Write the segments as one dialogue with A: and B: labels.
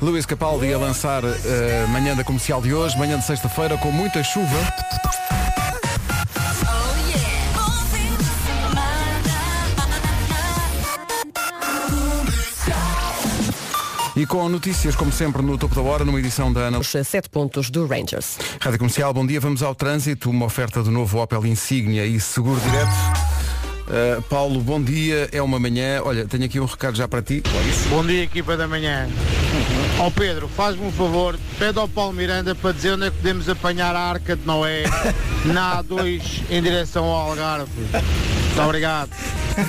A: Luís Capaldi a lançar eh, manhã da comercial de hoje, manhã de sexta-feira, com muita chuva. E com notícias, como sempre, no topo da hora, numa edição da Ana.
B: Os 7 pontos do Rangers.
A: Rádio Comercial, bom dia, vamos ao trânsito, uma oferta do novo Opel Insignia e Seguro Direto. Uh, Paulo, bom dia, é uma manhã. Olha, tenho aqui um recado já para ti.
C: Bom dia, equipa da manhã.
A: Uhum.
C: Ó Pedro, faz-me um favor, pede ao Paulo Miranda para dizer onde é que podemos apanhar a Arca de Noé na A2 em direção ao Algarve. Muito obrigado.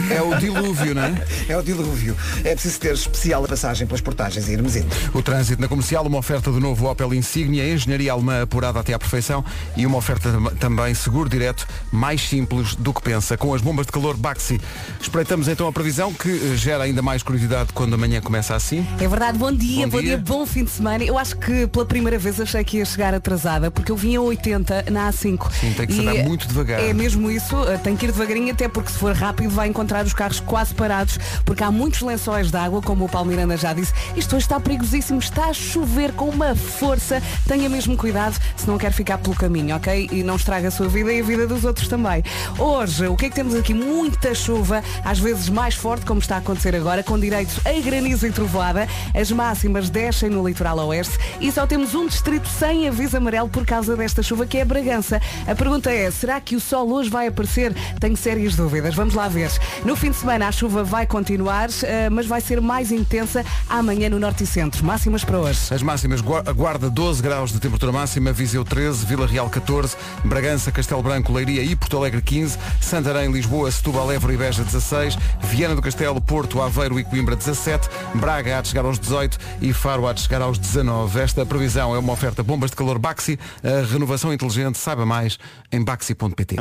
A: É o dilúvio, não é?
D: É o dilúvio. É preciso ter especial passagem pelas portagens e irmos indo.
A: O trânsito na comercial, uma oferta do novo Opel Insignia, engenharia alemã apurada até à perfeição e uma oferta tam- também seguro direto, mais simples do que pensa, com as bombas de calor Baxi. Espreitamos então a previsão que eh, gera ainda mais curiosidade quando amanhã começa assim.
E: É verdade, bom dia,
A: Bom
E: bom, dia.
A: dia.
E: bom fim de semana. Eu acho que pela primeira vez achei que ia chegar atrasada, porque eu vim a 80 na A5.
A: Sim, tem que se
E: E
A: andar muito devagar.
E: É mesmo isso, eh, tem que ir devagarinho, até porque se for rápido vai encontrar os carros quase parados, porque há muitos lençóis de água, como o Paulo Miranda já disse. Isto hoje está perigosíssimo, está a chover com uma força. Tenha mesmo cuidado se não quer ficar pelo caminho, ok? E não estraga a sua vida e a vida dos outros também. Hoje, o que é que temos aqui? Muita chuva, às vezes mais forte, como está a acontecer agora, com direitos a granizo e trovoada. As máximas descem no litoral oeste e só temos um distrito sem aviso amarelo por causa desta chuva, que é Bragança. A pergunta é, será que o sol hoje vai aparecer? Tenho sérias dúvidas. Vamos lá ver. No fim de semana a chuva vai continuar, eh, mas vai ser mais intensa amanhã no norte e centro. Máximas para hoje.
A: As máximas, Gua- Guarda 12 graus de temperatura máxima, Viseu 13, Vila Real 14, Bragança, Castelo Branco, Leiria e Porto Alegre 15, Santarém, Lisboa, Setúbal, Évora e Beja 16, Viana do Castelo, Porto, Aveiro e Coimbra 17, Braga há de chegar aos 18 e Faro há de chegar aos 19. Esta previsão é uma oferta bombas de calor Baxi, a renovação inteligente, saiba mais em baxi.pt.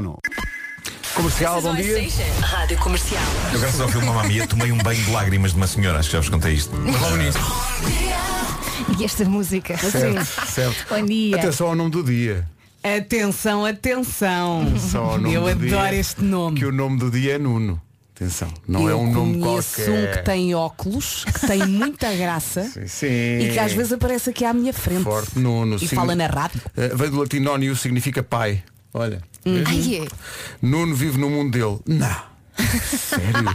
A: Comercial, bom dia.
F: Rádio Comercial.
G: Eu, graças ao filme Mamma Mia, tomei um banho de lágrimas de uma senhora, acho que já vos contei isto. Ah. Mas logo nisso.
H: E esta música.
A: Certo, certo.
H: Bom dia.
A: Atenção ao nome do dia.
E: Atenção, atenção.
A: Só o nome
E: Eu
A: do
E: adoro
A: dia,
E: este nome.
A: Que o nome do dia é Nuno. Atenção, não é
E: Eu
A: um nome
E: conheço
A: qualquer.
E: um que tem óculos, que tem muita graça
A: Sim.
E: e que às vezes aparece aqui à minha frente.
A: Forte, Nuno.
E: E
A: signi-
E: fala na rádio.
A: Eh, Vem do latinónio, significa pai. Olha.
E: Hum.
H: Ai, é.
A: Nuno vive no mundo dele. Hum. Não. Sério?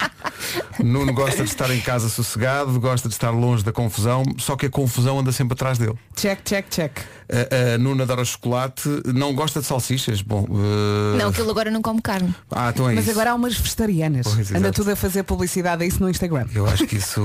A: Nuno gosta de estar em casa sossegado, gosta de estar longe da confusão, só que a confusão anda sempre atrás dele.
E: Check, check, check.
A: Eh, eh, Nuno adora chocolate, não gosta de salsichas. Bom, eh,
H: Não, que ele agora não come carne.
A: ah, então é
E: Mas
A: isso.
E: agora há umas vegetarianas.
A: Pois,
E: Anda
A: exato.
E: tudo a fazer publicidade a isso no Instagram.
A: Eu acho que isso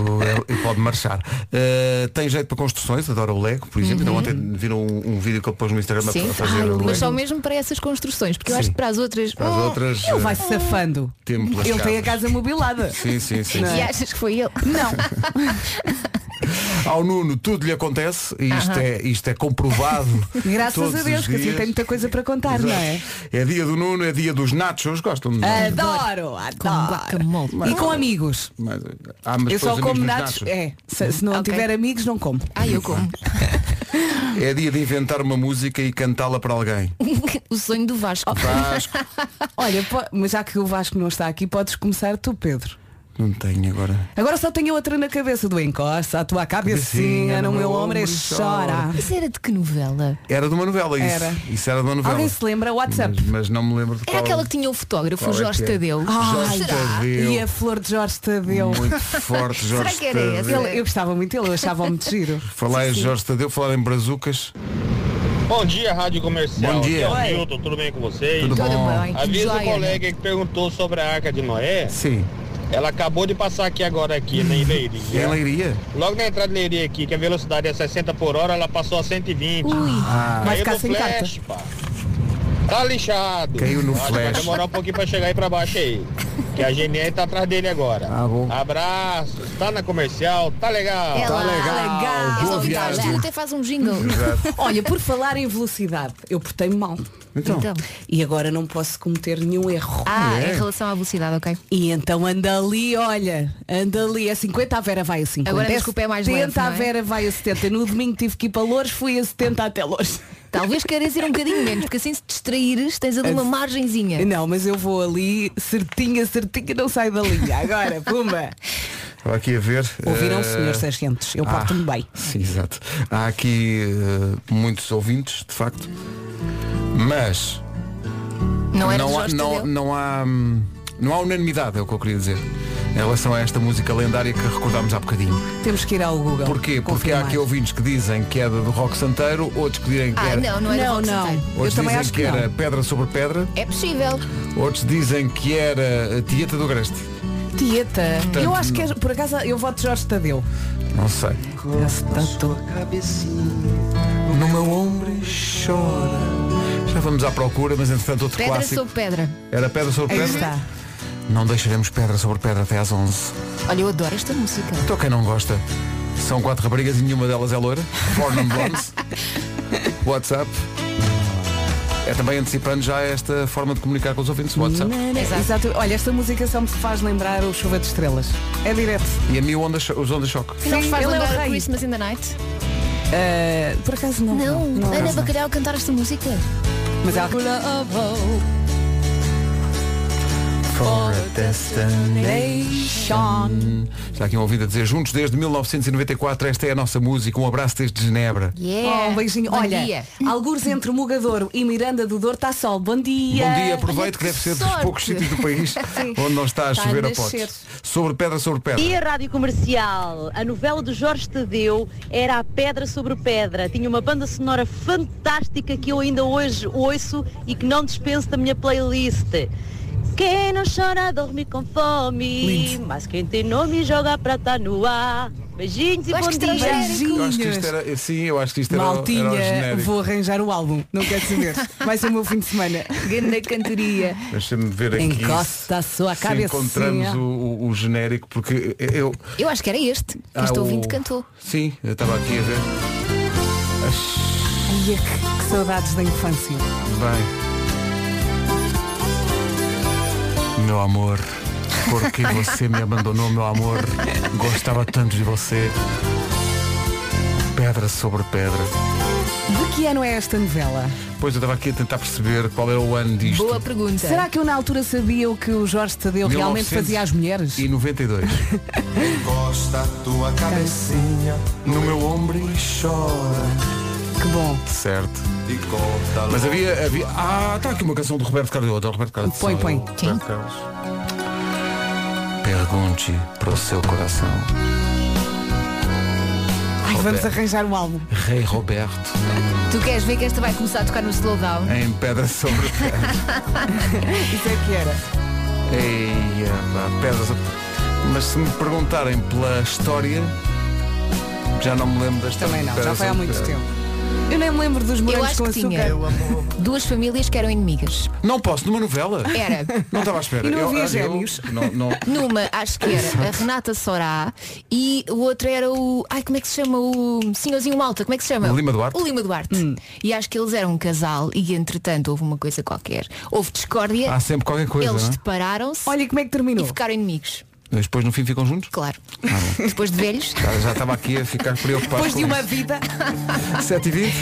A: é- pode marchar. Uh, tem jeito para construções, adora o Lego, por exemplo.
E: Uhum.
A: Ainda ontem viram um, um vídeo que ele pôs no Instagram a-
H: Sim.
A: a fazer
H: Ai,
A: o Lego.
H: mas só mesmo para essas construções, porque eu
A: Sim.
H: acho que para as outras.
A: Para as
H: Oh!
A: outras.
E: Ele
A: uh,
E: vai safando.
A: Tempo pelas
E: Ele tem a é?
A: casas.
E: casa mobilada.
A: Sim, sim, sim.
H: E achas que foi ele? Não.
A: Ao Nuno tudo lhe acontece e isto, é, isto é comprovado.
E: Graças
A: todos
E: a
A: os
E: Deus, que assim
A: dias.
E: tem muita coisa para contar, não é?
A: É dia do Nuno, é dia dos nachos, gostam de
E: Adoro, adoro.
H: guacamole.
E: E com amigos.
A: Mas, há mas
E: Eu só
A: depois amigos
E: como
A: nos
E: natos.
A: nachos.
E: É, se, se não
H: Ok.
E: tiver amigos, não como.
H: Ai, eu como.
A: É dia de inventar uma música e cantá-la para alguém.
H: O sonho do Vasco.
A: Vasco,
E: Olha, po- mas já que o Vasco não está aqui, podes começar tu, Pedro.
A: não tenho agora.
E: Agora só tenho outra na cabeça do encosta, a tua cabecinha, no meu ombro e chora.
H: Isso era de que novela?
A: Era de uma novela isso.
E: Era.
A: Isso era de uma novela.
E: Alguém É se lembra? WhatsApp.
A: Mas, mas não me lembro de
H: Era
A: qual.
H: É aquela que tinha o fotógrafo, o
A: Qual é
H: Jorge
A: que é?
H: Tadeu.
A: Jorge Tadeu.
E: Ah, E a flor de Jorge Tadeu.
A: Muito forte, Jorge
H: que era esse?
A: Tadeu.
E: Ele- eu gostava muito dele, eu achava muito giro.
A: Falar em Jorge Tadeu, falar em brazucas.
C: Bom dia, Rádio Comercial.
A: Bom dia.
C: Aqui é o Nilton, tudo bem com vocês?
A: Tudo
H: Tudo
A: bom.
H: bem.
C: Avisa o
H: Joia,
C: colega que perguntou sobre a Arca de Noé.
A: Sim.
C: Ela acabou de passar aqui agora aqui na
A: E em
C: Leiria.
A: Leiria?
C: Logo na entrada de Leiria aqui, que a velocidade é 60 por hora, ela passou a 120.
H: Ui,
A: Ah.
E: Vai
C: Caiu
E: ficar
C: no
E: sem carta.
C: flash, pá. Tá lixado.
A: Caiu no
C: Eu acho que Vai
A: flash.
C: demorar um pouquinho pra chegar aí pra baixo aí. Que a GNR tá atrás dele agora.
A: Ah, bom.
C: Abraço, tá na comercial, tá legal.
H: ela.
A: legal.
H: Esta
A: Boa
H: ouvinte às
A: viagem.
H: vezes até faz um jingle.
E: Olha, por falar em velocidade, eu portei-me mal.
A: Então. é?
H: Então.
E: E agora não posso cometer nenhum erro.
H: Ah, em relação à velocidade, ok.
E: E então anda ali, olha, anda ali a 50, a Vera vai a 50.
H: Agora
E: a
H: diz que o pé é mais leve,
E: 70, a
H: não é?
E: Vera vai a 70. No domingo tive que ir para Lourdes, fui a 70 até Lourdes.
H: Talvez queiras ir um bocadinho menos, porque assim se distraíres, tens ali uma margenzinha.
E: Não, mas eu vou ali certinha, certinha, não saio da linha. Agora, pumba.
A: Estava aqui a ver.
E: Ouviram,
A: eh,
E: senhor Sargentos? Eu porto-me bem.
A: Sim, exato. Há aqui eh, muitos ouvintes, de facto. Mas
H: Não era
A: não há,
H: Jorge
A: não,
H: Tadeu?
A: não há hum, não há unanimidade, é o que eu queria dizer. Em relação a esta música lendária que recordámos há bocadinho.
E: Temos que ir ao Google.
A: Porquê? Porque há
E: confirmar.
A: aqui ouvintes que dizem que era do rock santeiro, outros que dizem que
H: Ah,
A: era,
H: não, não era
E: Não,
H: Rock
E: não.
H: Santeiro.
A: outros
E: eu também
A: dizem
E: acho
A: que,
E: que não.
A: era pedra sobre pedra,
H: É possível.
A: outros dizem que era a Tieta do Greste.
E: Tieta. eu acho que é, por acaso eu voto Jorge Tadeu.
A: Não sei. No meu ombro chora. Já vamos à procura, mas entretanto outro
H: Pedra
A: clássico.
H: sobre pedra.
A: Era pedra sobre
E: Aí
A: pedra.
E: está.
A: Não deixaremos pedra sobre pedra até às 11.
H: Olha, eu adoro esta música.
A: Então quem não gosta? São quatro raparigas e nenhuma delas é loira. Born and blondes. WhatsApp. É também antecipando já esta forma de comunicar com os ouvintes. WhatsApp.
E: Exato. Olha, esta música só me faz lembrar o Chuva de Estrelas. É direto.
A: E a mim onda, cho- os onda choque.
H: não vos faz
E: ele é o
H: lembrar
E: rei.
H: Christmas in the Night?
E: Ah, por acaso não.
H: Não,
E: por
H: Ana
E: acaso
H: Bacalhau cantar esta música.
E: não. Mas ela...
A: Está aqui um ouvido a dizer juntos desde 1994. Esta é a nossa música. Um abraço desde Genebra.
H: Yeah.
E: Oh, um beijinho.
H: Bom
E: Olha,
H: dia.
E: algures entre Mugadouro e Miranda do Douro está sol. Bom dia.
A: Bom dia, aproveito que
H: Olha
A: deve
H: que
A: ser dos
H: sorte.
A: poucos sítios do país onde não está a
E: Está a
A: chover a,
E: nascer.
A: potes. Sobre pedra, sobre pedra.
F: E a Rádio Comercial, a novela de Jorge Tadeu era a pedra sobre pedra. Tinha uma banda sonora fantástica que eu ainda hoje ouço e que não dispenso da minha playlist. Quem não chora dorme com fome, mas quem tem nome joga a prata no ar. Beijinhos e
H: Eu acho
F: bom
H: que
F: dia.
H: estrangeiro.
A: Eu acho que isto
E: Beijinhos.
A: era, sim, eu acho que isto era, era o
E: Maltinha,
A: genérico.
E: vou arranjar o álbum. Não quero saber. Vai ser o meu fim de semana.
H: Grande cantoria.
A: Deixa-me ver aqui
E: Encosta a sua
A: se
E: cabecinha.
A: encontramos o, o- o genérico, porque eu...
H: Eu acho que era este. Que
A: ah,
H: este
A: o-
H: ouvinte cantou.
A: Sim, eu estava aqui a ver. Ash,
E: Ai, é que, que saudades da infância.
A: Bem. Meu amor, porque você me abandonou, meu amor? Gostava tanto de você. Pedra sobre pedra.
E: De que ano é esta novela?
A: Pois eu estava aqui a tentar perceber qual era o ano disto.
H: Boa pergunta.
E: Será que eu na altura sabia o que o Jorge Tadeu realmente
A: 1900
E: fazia às mulheres?
A: E 92. Encosta a tua cabecinha no meu ombro e chora.
E: Que bom.
A: Certo. Mas havia, havia. Ah, está aqui uma canção do Roberto Carlos. Do Roberto Carlos.
E: Põe, põe.
H: Sim.
A: Roberto Carlos. Pergunte para o seu coração.
E: Ai, vamos arranjar o álbum.
A: Rei Roberto
H: Tu queres ver que esta vai começar a tocar no slowdown?
A: em pedra sobre pedra.
E: Isso é que era.
A: Eia, pá, pedra sobre... Mas se me perguntarem pela história, já não me lembro das
E: Também não, já foi há muito tempo. Eu nem me lembro dos
H: Eu
E: morangos
H: acho
E: com
H: que tinha
E: açúcar.
H: duas famílias que eram inimigas.
A: Não posso, numa novela.
H: Era.
A: Não estava à espera.
E: E não
A: Eu-
E: havia
A: eu-
E: gêmeos.
A: não, não.
H: Numa, acho que era a Renata Sorá e o outro era o. Ai, como é que se chama? O senhorzinho Malta, como é que se chama?
A: O Lima Duarte? Hum.
H: O Lima Duarte. E acho que eles eram um casal e entretanto houve uma coisa qualquer. Houve discórdia,
A: Há sempre qualquer coisa,
H: eles
A: não é?
H: separaram-se
E: Olha como é que
H: e
E: terminou.
H: ficaram inimigos.
A: Mas depois no fim ficam juntos? Ah,
H: Claro. Depois de velhos.
A: Já- Já estava aqui a ficar preocupado.
E: Depois
A: com
E: de uma
A: isso.
E: vida.
A: 7h20.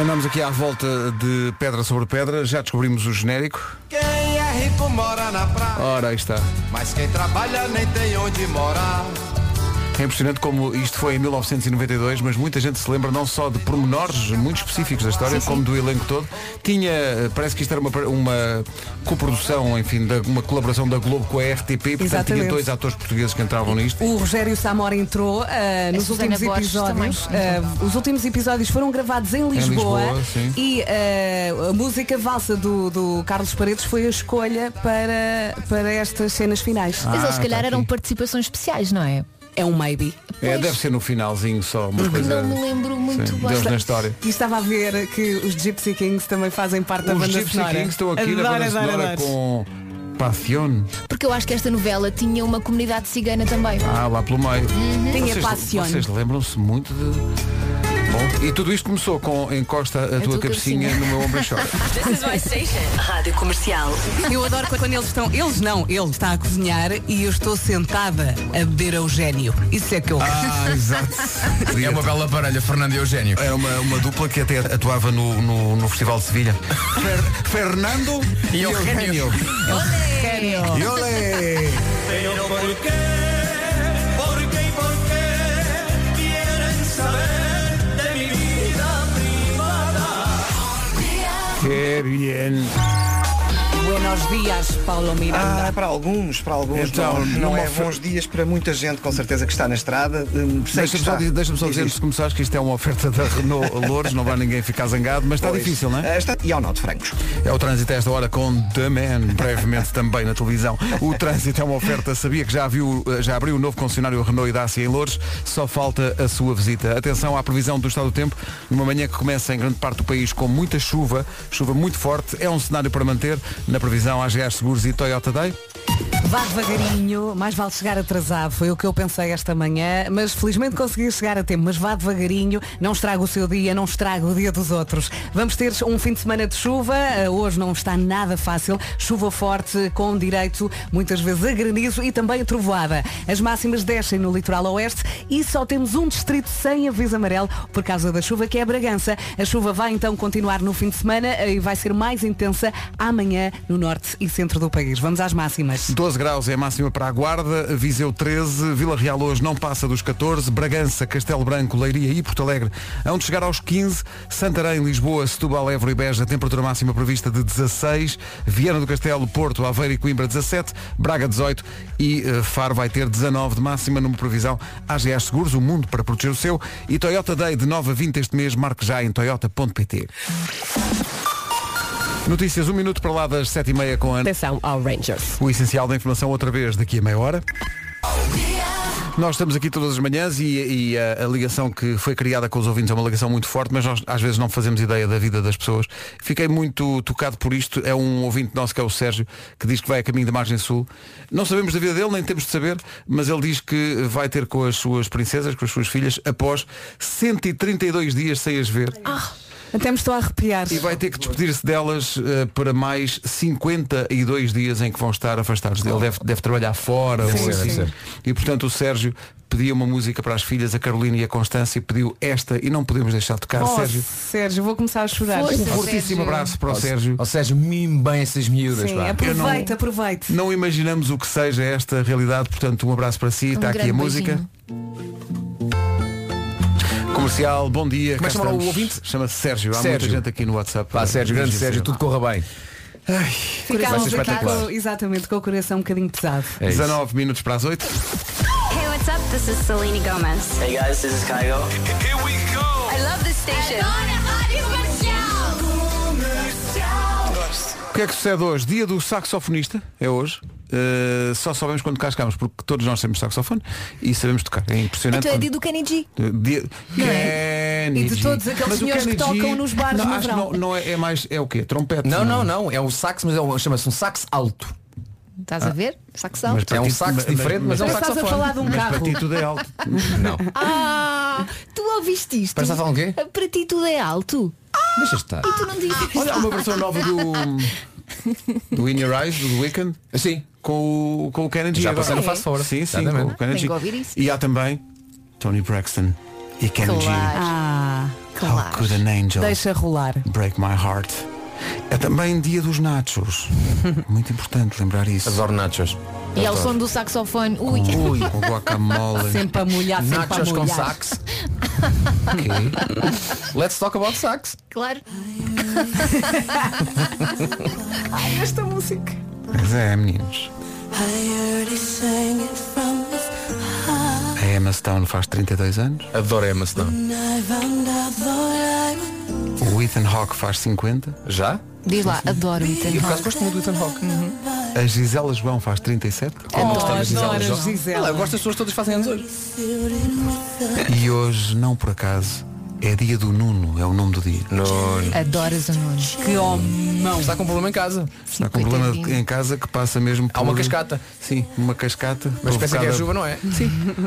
A: Andamos aqui à volta de pedra sobre pedra, já descobrimos o genérico.
I: Quem é rico mora na praia,
A: Ora, aí está.
I: mas quem trabalha nem tem onde morar.
A: É impressionante como isto foi em 1992, mas muita gente se lembra não só de pormenores muito específicos da história, como do elenco todo. Tinha, eh, parece que isto era uma, uma coprodução, enfim, da, uma colaboração da Globo com a RTP, portanto
E: Exatamente.
A: tinha dois atores portugueses que entravam nisto. É,
E: O Rogério Samora entrou ah, nos
H: Susana
E: últimos
H: Borges
E: episódios.
H: também.
E: Ah, os últimos episódios foram gravados em Lisboa,
A: Lisboa, sim.
E: e ah, a música valsa do, do Carlos Paredes foi a escolha para, para estas cenas finais.
H: Mas eles se
A: tá
H: calhar
A: aqui.
H: eram participações especiais, não é?
E: É um maybe.
A: É,
H: Pois.
A: deve ser no finalzinho só uma coisa.
H: Não me lembro muito
A: Sim,
H: bem.
A: Deus na história.
E: Uhum. E estava a ver que os Gypsy Kings também fazem parte da
A: Os
E: banda
A: Gypsy
E: sonora.
A: Kings estão aqui na banda
E: adoro,
A: sonora
E: adoro.
A: com Passion.
H: Porque eu acho que esta novela tinha uma comunidade cigana também.
A: Ah, lá pelo meio.
E: Tinha
A: Vocês-
E: Passion.
A: Vocês lembram-se muito de. Bom, e tudo isto começou com encosta a, tua
H: tua
A: cabecinha,
H: cabecinha.
A: no meu ombro e chora.
J: Rádio Comercial.
E: Eu adoro quando eles estão. Eles não, ele está a cozinhar e eu estou sentada a beber Eugénio. Isso é que eu.
A: ah, exato.
I: É uma bela parelha, Fernando e Eugénio.
A: Era então. É uma, uma dupla que até atuava no, no, no Festival de Sevilha. Fer- Fernando e Eugênio.
E: Quero.
H: sério.
K: E olé!
A: um
L: Pero por qué, por qué y por qué quieren saber de mi vida privada.
A: Que bien.
E: Buenos dias, Paulo Miranda.
D: Ah, para alguns, para alguns
A: Então,
D: não, não
A: numa
D: é
A: ofer-
D: bons dias para muita gente, com certeza, que está na estrada. Hum, sei que
A: Deixa-me só,
D: está.
A: di- deixa-me só
D: Diz
A: dizer, antes
D: isto.
A: de começares, que isto é uma oferta da Renault Lourdes, não vai ninguém ficar zangado, mas está
D: Pois.
A: difícil, não é?
D: Ah, está- E ao nó de francos.
A: É o trânsito a esta hora com The Man, brevemente também na televisão. O trânsito é uma oferta, sabia que já, viu, já abriu o novo concessionário Renault e Dacia em Lourdes, só falta a sua visita. Atenção à previsão do estado do tempo, numa manhã que começa em grande parte do país com muita chuva, chuva muito forte, é um cenário para manter, na previsão AGS Seguros e Toyota Day.
E: Vá devagarinho, mais vale chegar atrasado, foi o que eu pensei esta manhã, mas felizmente consegui chegar a tempo, mas vá devagarinho, não estraga o seu dia, não estraga o dia dos outros. Vamos ter um fim de semana de chuva, eh, hoje não está nada fácil, chuva forte com direito muitas vezes a granizo e também a trovoada. As máximas descem no litoral oeste e só temos um distrito sem aviso amarelo por causa da chuva, que é Bragança. A chuva vai então continuar no fim de semana eh, e vai ser mais intensa amanhã no norte e centro do país. Vamos às máximas.
A: 12 graus é a máxima para a Guarda, Viseu 13, Vila Real hoje não passa dos 14, Bragança, Castelo Branco, Leiria e Porto Alegre onde chegar aos 15, Santarém, Lisboa, Setúbal, Évora e Beja, temperatura máxima prevista de 16, Viana do Castelo, Porto, Aveiro e Coimbra 17, Braga 18 e eh, Faro vai ter 19 de máxima numa previsão AGS Seguros, o mundo para proteger o seu e Toyota Day de 9 a 20 este mês, marque já em toyota.pt. Notícias, um minuto para lá das 7h30 com a...
B: Atenção ao Rangers.
A: O essencial da informação outra vez daqui a meia hora. Nós estamos aqui todas as manhãs e, e a, a ligação que foi criada com os ouvintes é uma ligação muito forte, mas nós às vezes não fazemos ideia da vida das pessoas. Fiquei muito tocado por isto. É um ouvinte nosso que é o Sérgio, que diz que vai a caminho da Margem Sul. Não sabemos da vida dele, nem temos de saber, mas ele diz que vai ter com as suas princesas, com as suas filhas, após 132 dias sem as ver.
E: Ah, Até me estou a arrepiar.
A: E vai ter que despedir-se delas eh, para mais 52 dias em que vão estar afastados dele. Deve, deve trabalhar fora.
M: Deve
A: ou
M: ser,
A: assim.
M: deve ser.
A: E portanto o Sérgio pedia uma música para as filhas, a Carolina e a Constância, e pediu esta e não podemos deixar de tocar.
E: Oh,
A: Sérgio,
E: Sérgio, vou começar a chorar.
A: um fortíssimo abraço para o Sérgio.
M: Ó Sérgio, mime bem essas miúdas,
E: Sim,
M: pá.
E: aproveita, aproveita.
A: Não imaginamos o que seja esta realidade, portanto um abraço para si.
M: Um
A: Está aqui
M: grande
A: a música. Comercial, bom dia.
M: Como é que
A: Cá
M: chama lá o
A: estamos.
M: ouvinte?
A: Chama-se Sérgio. Há
M: Sérgio.
A: muita gente aqui no WhatsApp.
M: Pá, Sérgio, grande Sérgio, tudo corra bem.
E: Ficámos
A: Vai ser
E: aqui
A: espetacular.
E: com, um exatamente com o coração um bocadinho pesado.
M: É
A: 19 minutos para as 8.
J: Hey, what's up? This is Selena Gomez.
L: Hey guys, this is Kygo. Here we go.
J: I love this station.
A: O que é que sucede hoje? Dia do saxofonista, é hoje. Uh, só sabemos quando cá chegamos, porque todos nós temos saxofone e sabemos tocar. É impressionante.
H: Então é
A: quando- Eh,
H: dia do Kenny G.
A: Dia...
H: Não é?
A: Kenny
H: E de
A: G.
H: todos aqueles
A: Mas o
H: senhores que
A: Kenny G-
H: tocam nos bares
A: não,
H: no
A: acho que
H: verão.
A: Não, não é, é mais, é o quê? Trompete?
M: Não, não, não. É um sax, mas é um- chama-se um sax alto.
H: Estás a ver? Saxão.
M: Mas é um sax diferente, mas, é um
H: Mas estás a
M: saxofone.
H: falar de um Mas para carro. ti tudo
A: é alto.
M: Não.
H: Ah, tu ouviste isto?
M: Parece a falar um quê?
H: Para ti tudo é alto.
M: Deixa
A: Ah.
M: estar.
H: E tu não dizes.
A: Olha, há uma versão nova do, do In Your Eyes, do Weekend.
M: Sim.
A: Com o, com o Kennedy.
M: Já passei no Fast Forward.
A: Sim, sim,
M: Exatamente.
A: com o Kennedy.
H: Tenho que ouvir isso.
A: E há também Tony Braxton e Kennedy.
E: Ah,
A: How could an angel
E: Deixa rolar.
A: Break My Heart. É também dia dos nachos. Muito importante lembrar isso. Adoro
M: nachos.
H: E é o som do saxofone. Ui.
A: Ui, com guacamole.
E: Sempre a molhar, sempre
M: Nachos
E: a
M: com
E: molhar.
M: sax. Let's talk about sax.
H: Claro.
E: Ai, esta música.
A: Mas é, meninos. A Emma Stone faz 32 anos.
M: Adoro Emma Stone.
A: O Ethan Hawke faz 50.
M: Já?
H: Diz lá, adoro o Ethan
M: Eu por acaso
H: Hawke. Uhum.
M: gosto muito do Ethan Hawke.
A: A Gisela João faz 37.
M: Eu
E: Oh.
M: não gostava de Gisela
H: adoro
M: João.
H: Gisela.
M: Olha, Eu gosto das pessoas todas que fazem anos hoje.
A: E hoje, não por acaso, é dia do Nuno. É o nome do dia.
M: Nuno.
H: Adoras o Nuno.
E: Que homão.
M: Está com um problema em casa.
A: Está com um problema de- em casa que passa mesmo por...
M: Há uma cascata.
A: Sim, uma cascata.
M: Mas pensa que é
A: provocada-
M: a chuva, não é?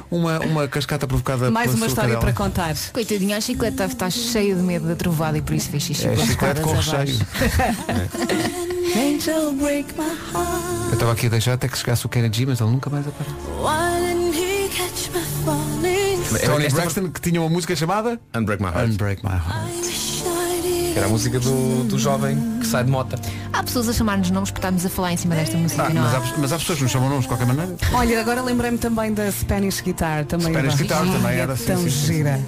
A: Uma, uma cascata provocada
E: Mais
A: pela
E: uma
A: sua
E: história
A: cadela.
E: para contar.
H: Coitadinha, a chicleta está cheia de medo da trovada e por isso fez xixi.
A: É
H: pelas
A: chiclete com
H: escadas
A: recheio.
H: abaixo.
E: Angel break my heart.
A: Eu estava aqui a deixar até que chegasse o Kennedy, mas ele nunca mais aparece. Tony Braxton que tinha uma música chamada
M: Unbreak My Heart.
A: Unbreak My Heart.
I: Era a música do, do jovem que sai de mota.
H: Há pessoas a chamar-nos nomes porque estamos a falar em cima desta música,
A: Ah,
H: não
A: mas,
H: há?
A: há, mas há pessoas que nos chamam nomes de qualquer maneira.
E: Olha, agora lembrei-me também da Spanish Guitar. Também
A: Spanish
E: era-
A: Guitar também era,
E: Olha,
A: sim,
E: Tão
A: sim, sim,
E: gira.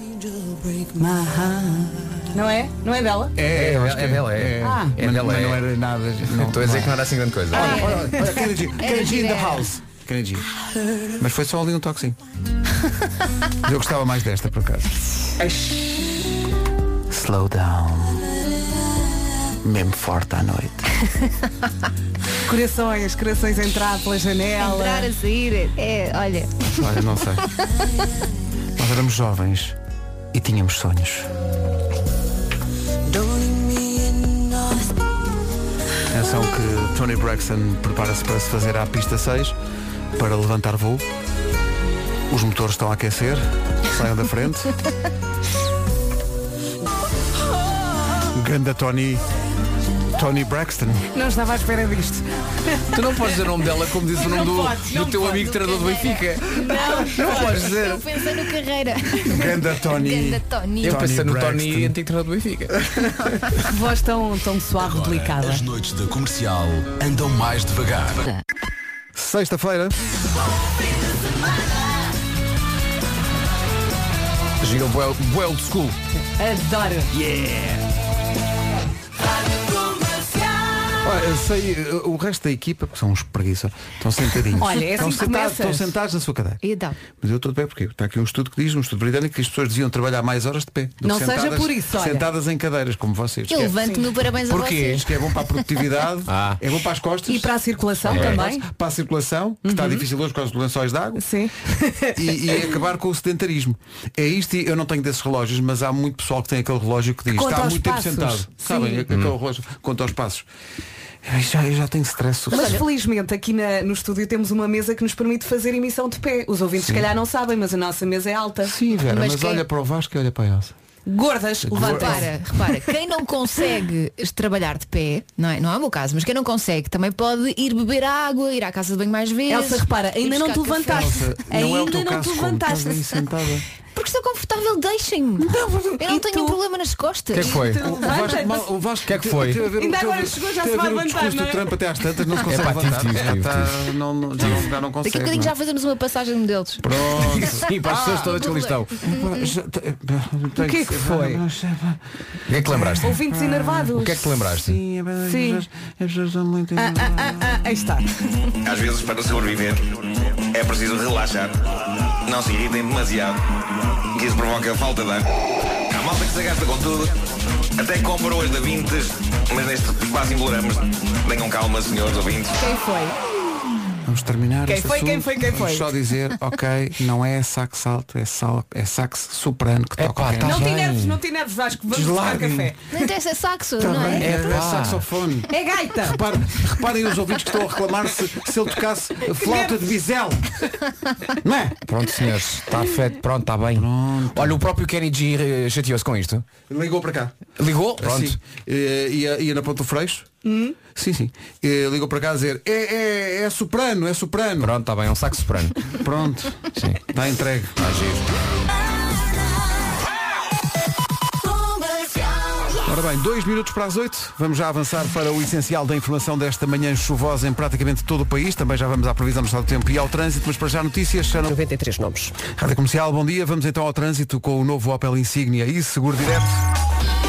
E: Não é? Não é dela?
A: É, eu acho
I: é
A: que
I: dela, é.
E: Ah.
A: Mas- mas não era nada.
I: Estou a dizer que não era assim grande coisa.
A: Olha, olha, olha, olha, Kennedy,
L: Era
A: Kennedy in the
L: diverso.
A: house. Kennedy. Mas foi só ali um toquezinho. Mas Eu gostava mais desta, por acaso. Slow down. Mesmo forte à noite.
E: Corações, corações a entrar pela janela.
H: Entrar a sair. É, olha.
A: Olha, não sei. Nós éramos jovens e tínhamos sonhos. Atenção que Tony Braxton prepara-se para se fazer à pista 6 para levantar voo. Os motores estão a aquecer, saiam da frente. Ganda Tony. Tony Braxton.
E: Não estava à espera disto.
I: Tu não podes dizer o nome dela como diz o nome do, do teu amigo treinador do Benfica. Não, podes dizer.
H: Eu pensei no carreira.
A: Ganda Tony.
H: Ganda Tony.
I: Eu pensei no
A: Braxton.
I: Tony, antigo treinador do Benfica.
E: Voz tão, tão suave, delicada.
K: As noites da comercial andam mais devagar.
A: Sexta-feira.
I: Giga Well, well de School.
E: Adoro.
I: É.
A: Yeah! Olha, sei, eh, o resto da equipa, porque são uns preguiça, estão sentadinhos.
E: Olha, é
A: estão,
E: assim que
A: sentados,
E: começas.
A: estão sentados na sua cadeira.
H: Então.
A: Mas eu estou de pé porque está aqui um estudo que diz, um estudo britânico, que as pessoas deviam trabalhar mais horas de pé. do que
H: Não seja por isso, olha.
A: Sentadas em cadeiras, como vocês.
H: Eu levanto-me parabéns a
A: Porquê?
H: vocês.
A: Porque é bom para a produtividade, é bom para as costas.
E: E para a circulação
A: É.
E: também. Uhum.
A: Para a circulação, que está difícil hoje com os lençóis de água.
E: Sim.
A: E, e acabar com o sedentarismo. É isto, e eu não tenho desses relógios, mas há muito pessoal que tem aquele relógio que diz,
E: Conta
A: está há
E: aos
A: muito
E: passos."
A: tempo sentado.
E: Sim.
A: Sabem, aquele relógio conta aos passos. Ai, já- Eu já, tenho stress
E: Mas
A: suficiente.
E: felizmente aqui na- no estúdio temos uma mesa que nos permite fazer emissão de pé. Os ouvintes se calhar não sabem, mas a nossa mesa é alta.
A: Sim, Vera, mas, olha para o Vasco e olha para a Elsa.
E: Gordas,
H: Repara,
E: levanta
H: repara, quem não consegue trabalhar de pé, não é, não é o meu caso, mas quem não consegue também pode ir beber água, ir à casa de banho mais vezes.
E: Elsa, repara,
H: ir
E: ainda não
H: buscar
E: te
H: café.
E: levantaste. Elsa, não é o Ainda teu não caso, te como estás levantaste. aí
A: sentada.
H: Porque estou confortável, deixem-me. Eu não tenho um problema nas costas.
A: O que é que foi? O Vasco, mal- o Vasco que é que foi? Teve a ver, o-
H: Ainda
A: teve-
H: agora chegou, já se
A: teve a ver
H: vai
A: o
H: levantar,
A: discurso
H: não
A: do
H: é?
A: Trump até às tantas não se
H: É
A: consegue
H: pá, tive,
A: levantar.
H: tive,
A: Já
H: tive,
A: está-
H: tive.
A: não- não- já não- Já não
H: Daqui a
A: consegue.
H: bocadinho
A: não é?
H: já fazemos uma passagem de deles.
A: Pronto.
I: Sim, para as pessoas todas que ali estão.
A: O
E: que é que foi?
I: O que é que lembraste?
E: Ouvintes
A: Ah,
E: enervados.
I: O que é que te lembraste?
E: Sim. Ah, ah, ah, ah, aí está.
G: Às vezes, para sobreviver, é preciso relaxar. Não se irritem demasiado, que isso provoca falta de ar. Há malta que se gasta com tudo. Até compra hoje da Vintes, mas neste quase embolamos. Tenham calma, senhores ouvintes.
E: Quem foi?
A: Vamos terminar.
E: Quem
A: este
E: foi, quem
A: assunto.
E: foi, quem foi?
A: Vamos Só dizer, ok, não é sax alto, é, sal, é sax soprano que
I: tá
A: toca. quem
E: não te enerves, não te enerves, Vasco. Vamos buscar
A: Deslarguem.
E: café.
H: Não interessa, é saxo,
A: Tá
H: não
A: bem,
H: é?
A: é, é saxofone.
E: É gaita.
A: Repare- reparem os ouvintes que estão a reclamar se, se ele tocasse flauta de bisel. Não é?
I: Pronto, senhores, está
A: Tá
I: feito, pronto, está bem. Olha, o próprio Kenny G eh, chateou-se com isto.
A: Ligou para cá.
I: Ligou?
A: Pronto.
I: Pronto.
A: Sim. Eh, Ia, ia na Ponta do Freixo.
I: Hum?
A: Sim, sim. Eh, Ligou para cá a dizer, é, é, é soprano, é soprano.
I: Pronto, está bem, é um saco soprano.
A: Pronto. Está entregue.
I: Está giro.
A: Ora bem, dois minutos para as oito. Vamos já avançar para o essencial da informação desta manhã chuvosa em praticamente todo o país. Também já vamos à previsão do estado do tempo e ao trânsito, mas para já notícias.
B: 93 nomes.
A: Rádio Comercial, bom dia. Vamos então ao trânsito com o novo Opel Insignia e Seguro Direto.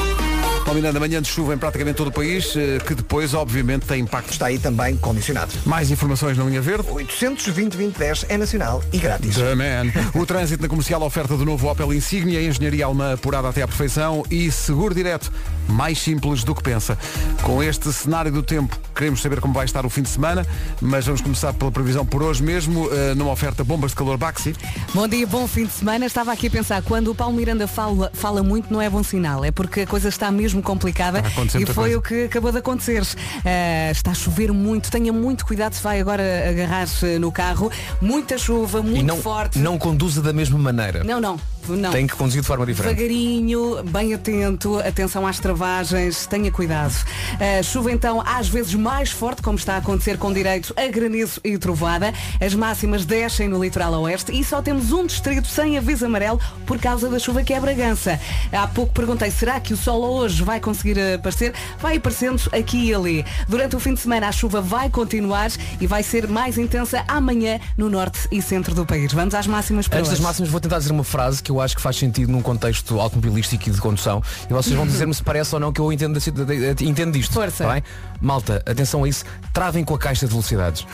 A: Combinando amanhã de chuva em praticamente todo o país, eh, que depois, obviamente, tem impacto.
D: Está aí também condicionado.
A: Mais informações na linha verde.
D: 820-2010 é nacional e grátis.
A: The man. O trânsito na comercial oferta do novo Opel Insignia, engenharia alemã apurada até à perfeição e seguro direto, mais simples do que pensa. Com este cenário do tempo, queremos saber como vai estar o fim de semana, mas vamos começar pela previsão por hoje mesmo, eh, numa oferta bombas de calor Baxi.
E: Bom dia, bom fim de semana. Estava aqui a pensar, quando o Paulo Miranda fala, fala muito, não é bom sinal. É porque a coisa está mesmo complicada
A: Está a acontecer
E: e
A: muita
E: foi
A: coisa.
E: o que acabou de acontecer. Ah, está a chover muito, tenha muito cuidado se vai agora agarrar-se no carro. Muita chuva, muito
I: E não,
E: forte.
I: não conduza da mesma maneira.
E: Não, não. tipo, não.
I: Tem que conduzir de forma diferente.
E: Devagarinho, bem atento, atenção às travagens, tenha cuidado. A chuva então às vezes mais forte, como está a acontecer com direitos a granizo e trovada. As máximas descem no litoral oeste e só temos um distrito sem aviso amarelo por causa da chuva que é Bragança. Há pouco perguntei, será que o sol hoje vai conseguir eh, aparecer? Vai aparecendo aqui e ali. Durante o fim de semana a chuva vai continuar e vai ser mais intensa amanhã no norte e centro do país. Vamos às máximas para
I: Antes das
E: hoje.
I: máximas vou tentar dizer uma frase que eu acho que faz sentido num contexto automobilístico e de condução e vocês vão dizer-me se parece ou não que eu entendo, desse- de- de- de- entendo disto. Força. bem? Malta, atenção a isso, travem com a caixa de velocidades.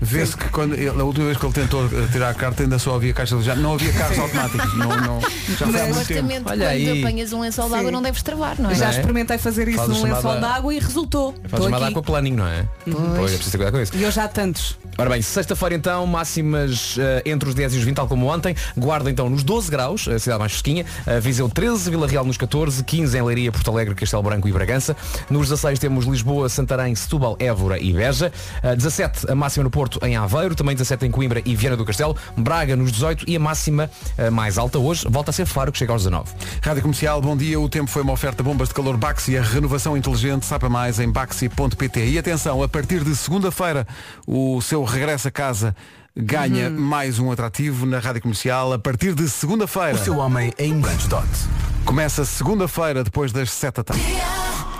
A: Vê-se que quando ele- a última vez que ele tentou eh, tirar a carta ainda só havia caixa de já não havia carros automáticos. Não, não,
H: Mas
A: já foi há muito tempo.
H: supostamente quando apanhas um lençol de água não deves travar, não é?
E: Já experimentei fazer isso
I: Faz a
E: num lençol
I: chamada-
E: de água e resultou.
I: Faz
E: Estou
I: chamada
E: aqui.
I: aquaplaning, não é?
E: Pois.
I: é preciso ter cuidado com isso.
E: E eu já há tantos.
I: Ora bem, sexta-feira então, máximas eh, entre os 10 e os 20, tal como ontem. Guarda então nos 12 graus, a cidade mais fresquinha. Eh, Viseu 13, Vila Real nos 14, 15 em Leiria, Porto Alegre, Castelo Branco e Bragança. Nos 16 temos Lisboa, Santarém, Setúbal, Évora e Beja. Eh, 17 a máxima no Porto em Aveiro, também 17 em Coimbra e Viana do Castelo. Braga nos 18 e a máxima eh, mais alta hoje volta a ser Faro, que chega aos 19.
A: Rádio Comercial, bom dia. O tempo foi uma oferta bombas de calor Baxi, a renovação inteligente. Saiba mais em baxi.pt. E atenção, a partir de segunda-feira, o seu regresso a casa ganha
I: Uhum.
A: mais um atrativo na Rádio Comercial. A partir de segunda-feira. O seu homem
I: é
A: em Dot. Começa segunda-feira, depois das sete da tarde.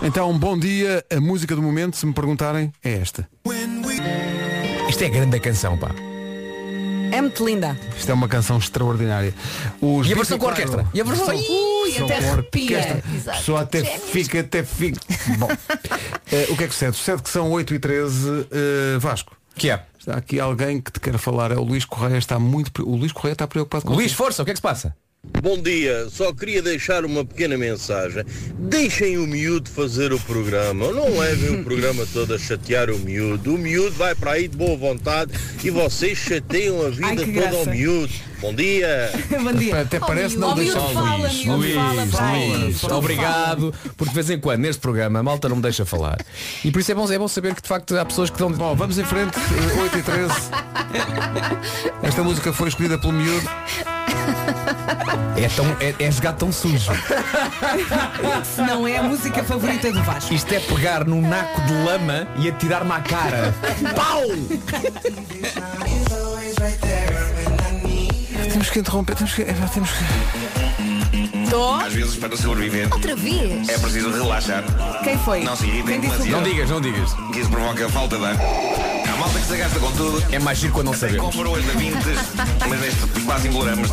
A: Então, bom dia. A música do momento, se me perguntarem, é esta.
I: Isto é grande a canção, pá.
E: É muito linda.
A: Isto é uma canção extraordinária. Os
I: E a
A: 24
I: versão com a orquestra? E a versão- Ui,
A: Versão
I: até
A: com a
I: arrepia.
A: orquestra.
I: Exato.
A: Só até fica, até fica. Bom, eh, o que é que sucede? Sucede que são 8 e 13 eh, Vasco.
I: Que é?
A: Está aqui alguém que te quer falar. É o Luís Correia está muito. pre- O Luís Correia está preocupado com
I: Luís, força, o que é que se passa?
N: Bom dia, só queria deixar uma pequena mensagem. Deixem o miúdo fazer o programa. Não levem o programa todo a chatear o miúdo. O miúdo vai para aí de boa vontade e vocês chateiam a vida
E: Ai, que
N: toda ao
E: graça.
N: miúdo. Bom dia.
E: Bom dia.
A: Até
E: parece não deixar- fala,
I: Então, Luís,
E: miúdo,
I: Luís,
E: fala, vai.
I: Luís,
E: Fala.
I: obrigado, porque de vez em quando neste programa a malta não me deixa falar. E por isso é bom, é bom saber que de facto há pessoas que estão.
A: Bom, vamos em frente,
I: eh,
A: 8 e 13. Esta música foi escolhida pelo miúdo.
I: É, tão, é, é jogar tão sujo.
E: Se não é a música favorita do Vasco.
I: Isto é pegar num naco de lama e atirar-me à cara. Pau!
A: Temos que interromper, temos que. é, Temos que...
G: Às vezes para sobreviver
H: Outra vez?
G: é preciso relaxar.
E: Quem foi?
G: Não se irritem demasiado.
I: Não digas, não digas.
G: Que assim, isso provoca falta de ar. A malta que se gasta com tudo.
I: É mais giro quando não sabemos.
G: Compra hoje da 20, mas neste quase embolamos.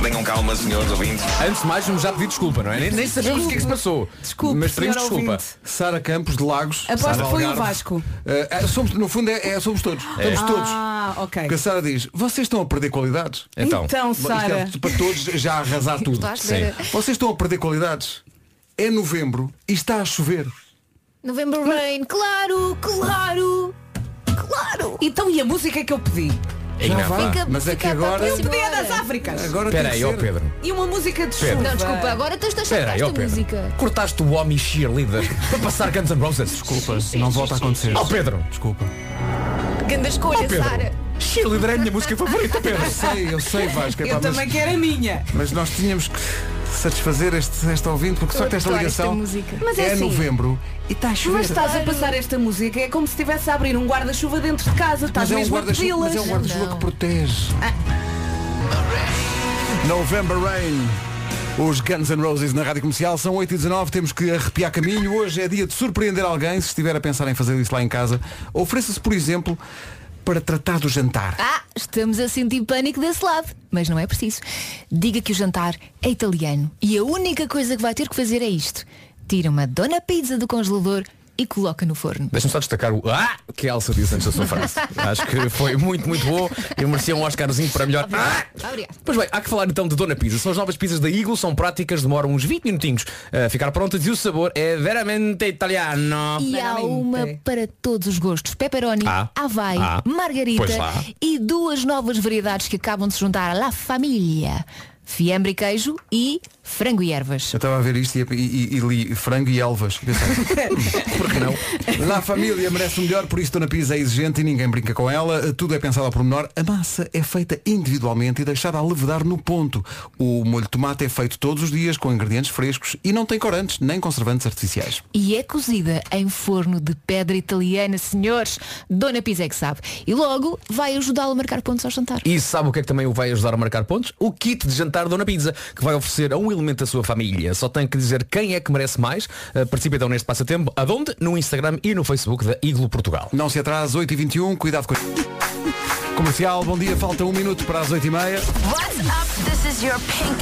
G: Tenham calma, senhores ouvintes.
I: Antes de mais, vamos já pedir desculpa, não é? Nem, nem sabemos o que é que se passou.
E: Desculpe,
I: mas pedimos
E: senhor
I: desculpa.
E: ouvinte.
A: Sara Campos de Lagos.
E: Aposto
A: Sara
E: que foi o
A: Algarve.
E: Vasco.
A: Eh, eh, somos, no fundo é, é- somos todos. Estamos todos.
E: Ah, ok.
A: Porque a Sara diz, vocês estão a perder qualidades.
E: Então. Então,
A: Isto é
E: Sara.
A: para todos já arrasar tudo.
H: Estou à espera. Sim.
A: Vocês estão a perder qualidades. É novembro e está a chover.
H: November Rain, claro, claro, claro.
E: Então e a música que eu pedi?
A: Já
I: não,
A: vai.
H: fica-
A: Mas é que
H: fica para a
A: agora.
E: Eu
H: próxima.
E: pedi a das Áfricas.
A: Agora
I: Espera
A: tem
I: aí,
A: que
I: ó
A: ser.
I: Pedro.
E: E uma música de
I: Pedro.
E: chuva.
H: Não, desculpa, agora estás a
I: Espera
H: chatear
I: aí, ó
H: esta
I: Pedro.
H: música.
I: Cortaste o homem cheerleader para passar Guns N' Roses.
A: Desculpa, não volta a acontecer.
I: Ó Pedro.
A: Desculpa.
H: Ganda escolha,
I: Pedro.
H: Sara.
I: Cheerleader é a minha música favorita, Pedro.
A: Eu sei, eu sei, Vasco. é
E: Eu
A: pá, mas,
E: também quero a minha.
A: mas nós tínhamos que satisfazer este, este ouvinte, porque só
H: Eu
A: que esta
H: adoro esta
A: ligação
H: música.
E: Mas é
A: é
E: assim.
A: novembro e está a chover.
E: Mas estás a passar esta música, é como se estivesse a abrir um guarda-chuva dentro de casa, estás
A: Mas é um
E: mesmo a
A: guarda-chuva
E: pedi-las.
A: mas é um guarda-chuva que protege.
E: Ah,
A: November Rain. Os Guns N' Roses na Rádio Comercial são 8 e 19 temos que arrepiar caminho. Hoje é dia de surpreender alguém, se estiver a pensar em fazer isso lá em casa. Ofereça-se, por exemplo, para tratar do jantar.
H: Ah, estamos a sentir pânico desse lado. Mas não é preciso. Diga que o jantar é italiano e a única coisa que vai ter que fazer é isto. Tira uma dona pizza do congelador e coloca no forno.
I: Deixa-me só destacar o ah que a Elsa disse antes da sua frase. Acho que foi muito, muito bom e merecia um Oscarzinho para melhor. Ah!
H: Obrigada.
I: Pois bem, há que falar então de Dona Pizza. São as novas pizzas da Eagle, são práticas, demoram uns 20 minutinhos a ficar prontas e o sabor é veramente italiano.
H: E há uma para todos os gostos. Pepperoni,
I: Ah.
H: Havaí,
I: Ah. Pois
H: Margarita
I: lá.
H: e duas novas variedades que acabam de se juntar à La Família. Fiambre e queijo e Frango e ervas.
A: Eu estava a ver isto e, e- e li frango e elvas. Pensei, "Hum, por que não? La família merece o melhor, por isso Dona Pisa é exigente e ninguém brinca com ela. Tudo é pensado ao pormenor. A massa é feita individualmente e deixada a levedar no ponto. O molho de tomate é feito todos os dias com ingredientes frescos e não tem corantes nem conservantes artificiais.
H: E é cozida em forno de pedra italiana, senhores. Dona Pisa é que sabe. E logo vai ajudá-lo a marcar pontos ao jantar.
I: E sabe o que é que também o vai ajudar a marcar pontos? O kit de jantar Dona Pizza, que vai oferecer a um elemento da sua família. Só tem que dizer quem é que merece mais. Uh, participe então neste passatempo. Aonde? No Instagram e no Facebook da Iglo Portugal.
A: Não se atrase, 8h21, cuidado com... Comercial, bom dia, falta um minuto para as 8h30.
L: What's up? This is your pink.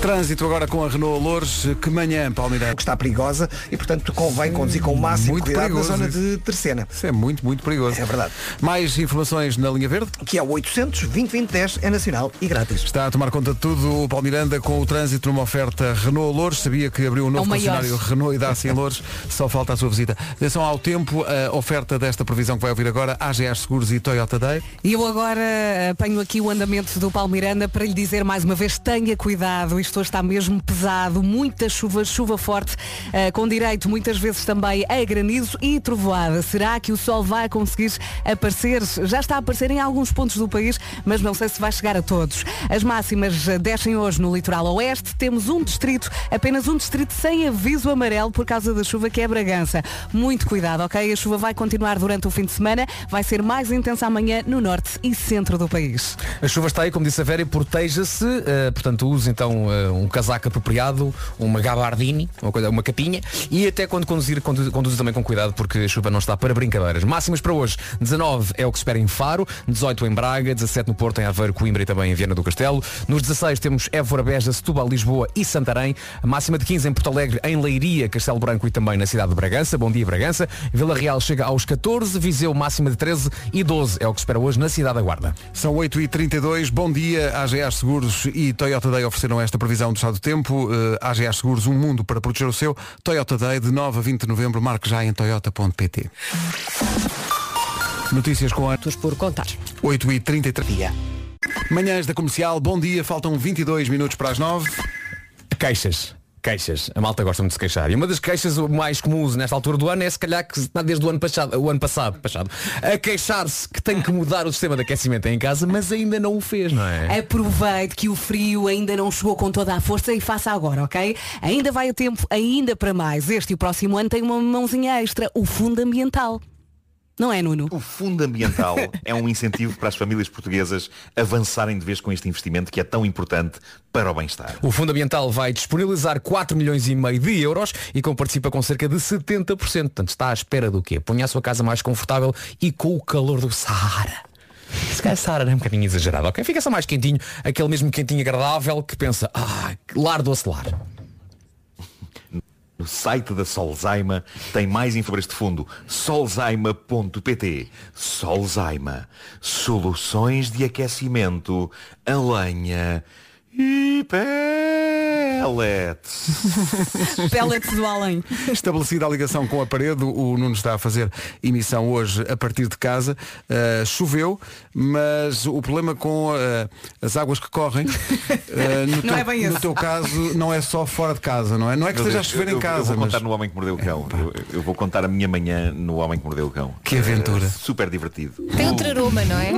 A: Trânsito agora com a Renault Loures, que manhã, Palmeira.
D: Que está perigosa e, portanto, convém conduzir com o máximo
A: muito
D: cuidado
A: perigoso
D: na zona
A: isso.
D: de Terceira.
A: Isso é muito, muito perigoso.
D: É verdade.
A: Mais informações na linha verde?
D: Que é o 800 20 10 é nacional e grátis.
A: Está a tomar conta de tudo o Palmiranda com o trânsito numa oferta Renault Loures. Sabia que abriu um novo
D: É o maior.
A: concessionário Renault e Dacia em Loures. Só falta a sua visita. Atenção ao tempo, a oferta desta previsão que vai ouvir agora, AGS Seguros e Toyota Day.
E: E eu agora eh, apanho aqui o andamento do Palmiranda para lhe dizer mais uma vez, tenha cuidado, isto hoje está mesmo pesado, muita chuva, chuva forte, eh, com direito muitas vezes também a granizo e trovoada. Será que o sol vai conseguir aparecer? Já está a aparecer em alguns pontos do país, mas não sei se vai chegar a todos. As máximas eh, descem hoje no litoral oeste, temos um distrito, apenas um distrito sem aviso amarelo por causa da chuva que é Bragança. Muito cuidado, ok? A chuva vai continuar durante o fim de semana, vai ser mais intensa amanhã no norte e centro do país.
I: A chuva está aí, como disse a Vera, e proteja-se. eh, portanto, use então eh, um casaco apropriado, uma gabardine, uma, coisa, uma capinha. E até quando conduzir, condu- conduza também com cuidado, porque a chuva não está para brincadeiras. Máximas para hoje. 19 é o que se espera em Faro, 18 em Braga, 17 no Porto, em Aveiro, Coimbra e também em Viana do Castelo. Nos 16 temos Évora, Beja, Setúbal, Lisboa e Santarém. A máxima de 15 em Porto Alegre, em Leiria, Castelo Branco e também na cidade de Bragança. Bom dia, Bragança. Vila Real chega aos 14, Viseu máxima de 13 e 12 é o que se espera hoje na cidade da Guarda.
A: São 8h32, bom dia. AGS Seguros e Toyota Day ofereceram esta previsão do estado do tempo. Eh, AGS Seguros, um mundo para proteger o seu. Toyota Day, de 9 a 20 de novembro, marque já em toyota.pt. Notícias com atos por contar. 8h33. Manhãs da Comercial, bom dia. Faltam 22 minutos para as 9.
I: Queixas. Queixas. A malta gosta muito de se queixar. E uma das queixas mais comuns nesta altura do ano é se calhar que está desde o ano passado, o ano passado, passado a queixar-se que tem que mudar o sistema de aquecimento em casa, mas ainda não o fez, não é?
E: Aproveite que o frio ainda não chegou com toda a força e faça agora, ok? Ainda vai a tempo, ainda para mais. Este e o próximo ano tem uma mãozinha extra, o Fundo Ambiental. Não é, Nuno?
O: O Fundo Ambiental é um incentivo para as famílias portuguesas avançarem de vez com este investimento que é tão importante para o bem-estar.
I: O Fundo Ambiental vai disponibilizar 4 milhões e meio de euros e como participa com cerca de 70%. Portanto, está à espera do quê? Ponha a sua casa mais confortável e com o calor do Saara. Se calhar Saara é um bocadinho exagerado, ok? Fica só mais quentinho, aquele mesmo quentinho agradável que pensa, ah, que lar do acelar.
O: No site da Solzaima tem mais info sobre este fundo. Solzaima.pt Solzaima. Soluções de aquecimento a lenha e pellets.
E: Pellets do além.
A: Estabelecida a ligação com a parede, o Nuno está a fazer emissão hoje a partir de casa. Uh, choveu, mas o problema com uh, as águas que correm, uh, no,
O: Não
A: teu,
O: é bem
A: no
O: esse.
A: teu caso, não é só fora de casa, não é? Não é que
O: Meu
A: esteja a
O: Deus,
A: chover
O: eu-
A: em
O: eu- Eu
A: casa,
O: vou
A: mas
O: contar no Homem que
I: É,
O: Mordeu o Cão. Eu, eu vou contar a minha manhã no Homem que Mordeu o Cão.
A: Que aventura.
O: É super divertido.
H: Tem
I: Uh.
H: outro aroma, não é?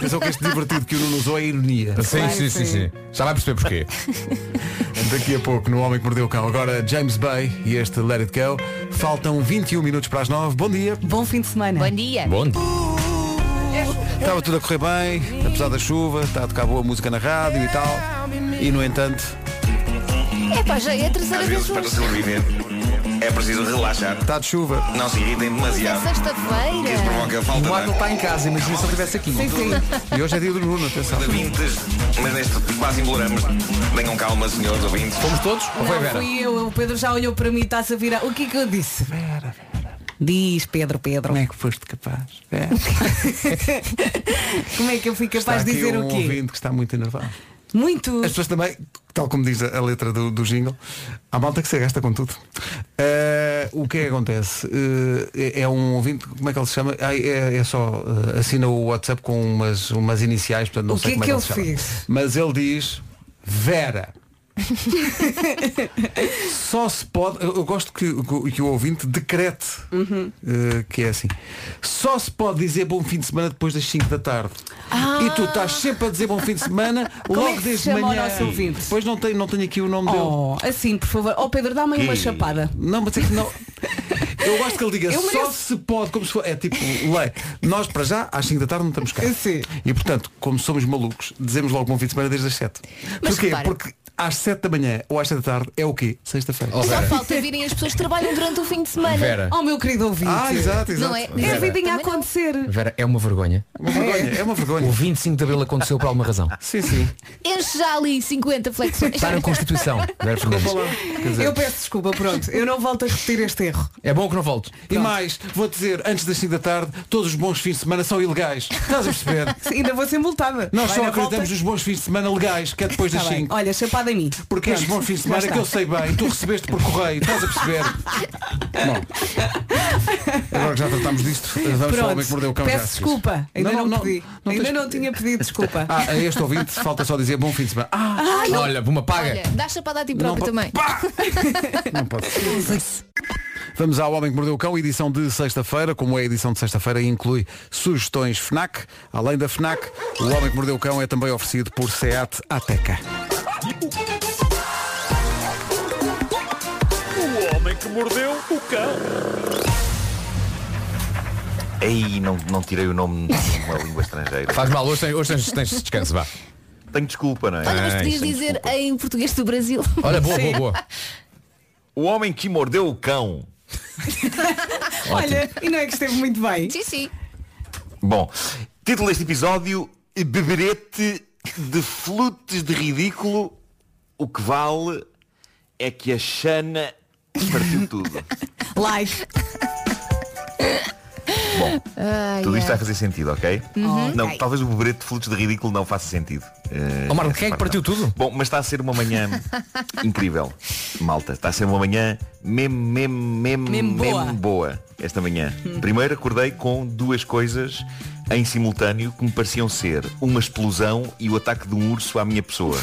A: Mas é o que este divertido que o Nuno usou é a ironia.
H: Sim, Claro sim, que sim, sim. sim.
I: Já vai perceber porquê.
A: Daqui a pouco, no Homem que Mordeu o Cão. Agora, James Bay e este Let It Go. Faltam 21 minutos para as 9. Bom dia.
E: Bom fim de semana.
H: Bom dia.
A: Bom dia. Estava tudo a correr bem, apesar da chuva, está a tocar boa música na rádio e tal. E no entanto,
H: É pá, já é a terceira
G: Às
H: vez
G: vezes, para
H: hoje.
G: sobreviver, é preciso relaxar.
I: Tá
A: Está de chuva.
G: Não se irritem
H: É
G: demasiado. Que isso
H: sexta-feira.
G: provoca falta é?
I: O Marco
G: de ar.
A: Tá
I: está em casa, imagina se ele estivesse aqui.
G: Sim, sim.
A: E hoje é dia do Nuno, atenção.
G: De vintes, mas neste quase embolamos. Tenham calma, senhores ouvintes.
I: Fomos todos?
E: Não fui eu, o Pedro já olhou para mim e está-se a virar. O que é que eu disse? Vera, Vera. Diz, Pedro, Pedro. Como
A: é que foste capaz?
E: Como é que eu fui
A: está
E: capaz de
A: aqui
E: dizer
A: um
E: o quê?
A: ouvinte que está muito enervado.
E: Muito.
A: As pessoas também, tal como diz a a letra do, do jingle, há malta que se gasta com tudo. Eh, o que é que acontece? Eh, é é um ouvinte, como é que ele se chama? Ai, é, é só, eh, assina o WhatsApp com umas, umas iniciais, portanto não
E: O que
A: sei
E: é
A: como é
E: que
A: que
E: eu
A: ele se chama.
E: fiz?
A: Mas ele diz Vera. Só se pode. Eu, eu gosto que, que o ouvinte decrete
L: Uhum.
A: eh, que é assim. Só se pode dizer bom fim de semana depois das 5 da tarde. E tu estás sempre a dizer bom fim de semana
E: Ah. Como é
A: logo
E: que se
A: desde
E: chama o
A: manhã.
E: nosso ouvinte?
A: Depois não tenho, não tenho aqui o nome
E: Oh, assim, por favor. Oh Pedro, dá-me aí uma
A: Que-
E: chapada.
A: Não, mas é que não. dele. Eu gosto que ele diga
E: Eu
A: só
E: mereço.
A: se pode, como se for. É tipo lei. Nós para já, às 5 da tarde não estamos cá. E portanto, como somos malucos, dizemos logo bom fim de semana desde as 7.
H: Mas
A: Porquê?
H: repara.
A: Porque às 7 da manhã ou às 7 da tarde é o quê? Sexta-feira.
H: Só falta virem as pessoas que trabalham durante o fim de semana.
I: Vera.
E: Oh, meu querido ouvinte.
I: Ah, exato, exato.
H: Não é?
I: Vera.
E: É a vidinha a acontecer.
I: Vera, é uma vergonha.
A: Uma vergonha, é uma vergonha.
I: O 25 de Abril aconteceu por alguma razão.
A: Sim, sim.
H: Enche já ali 50 flexões.
I: Está na Constituição. Vera Fernandes. Quer dizer,
E: Eu peço desculpa, pronto. Eu não volto a repetir este erro.
I: É bom que não volto.
A: E mais, vou dizer, antes das 5 da tarde, todos os bons fins de semana são ilegais. Estás a perceber?
E: Sim, ainda vou ser multada.
A: Nós
E: Vai
A: só
E: na
A: acreditamos
E: volta.
A: nos bons fins de semana legais, que é depois das
E: Tá bem.
A: 5.
E: Olha, chapada em mim.
A: Porque estes
E: Pronto,
A: bons fins
E: já
A: de semana
E: está.
A: que eu sei bem, tu recebeste por correio, estás a perceber? Bom, agora que já tratámos disto, vamos falar do
E: Pronto.
A: homem que mordeu o cão
E: Peço
A: já a seguir.
E: desculpa. Ainda não, pedi. ainda
A: tens-
E: não tinha pedido desculpa.
A: Ah, a este ouvinte falta só dizer bom fim de semana. Ah,
H: Ah, não.
A: olha, uma paga.
H: Olha, dá chapada a ti
A: Não
H: próprio
A: pa-
H: também.
A: Não pode ser. Vamos ao Homem que Mordeu o Cão, edição de sexta-feira. Como é a edição de sexta-feira, inclui sugestões FNAC. Além da FNAC, o Homem que Mordeu o Cão é também oferecido por SEAT Ateca.
L: O homem que mordeu o cão.
O: Aí não, não tirei o nome de uma língua estrangeira.
I: Faz mal, hoje tens, hoje tens, tens descanso, vá.
O: Tenho desculpa, não é?
H: Olha, mas podias dizer em português do Brasil. Sim.
O: O homem que mordeu o cão.
E: Olha, e não é que esteve muito bem.
H: Sim, sim.
O: Bom, título deste episódio Beberete de flutes de ridículo O que vale é que a Xana partiu tudo
E: Like.
O: Bom,
B: Ah,
H: Ai,
O: tudo isto é- vai
H: ai.
O: fazer sentido, ok?
H: Uhum.
O: Não,
H: Ok.
O: talvez o beberete de flutes de ridículo não faça sentido Eh,
I: Ó, Marco,
O: essa
I: quem é que
O: parte
I: partiu tudo?
O: Bom, mas está a ser uma manhã incrível Malta, está a ser uma manhã mesmo, mesmo, mesmo,
E: Mesmo boa.
O: mesmo boa Esta manhã Primeiro acordei com duas coisas em simultâneo que me pareciam ser uma explosão e o ataque de um urso à minha pessoa.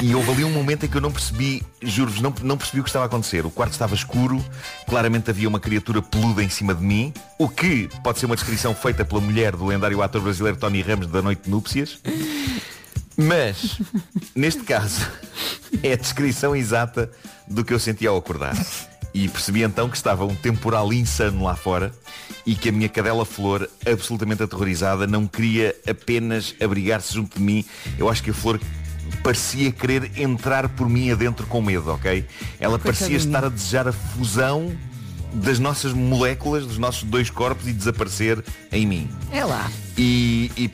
O: E houve ali um momento em que eu não percebi, juro-vos, não, não percebi o que estava a acontecer. O quarto estava escuro, claramente havia uma criatura peluda em cima de mim, o que pode ser uma descrição feita pela mulher do lendário ator brasileiro Tony Ramos da Noite de Núpcias. Mas, neste caso, é a descrição exata do que eu senti ao acordar. E percebi então que estava um temporal insano lá fora e que a minha cadela flor, absolutamente aterrorizada, não queria apenas abrigar-se junto de mim. Eu acho que a flor parecia querer entrar por mim adentro com medo, ok? Ela parecia
P: Coitadinha.
O: estar a desejar a fusão das nossas moléculas, dos nossos dois corpos e desaparecer em mim.
H: É lá.
O: E, e-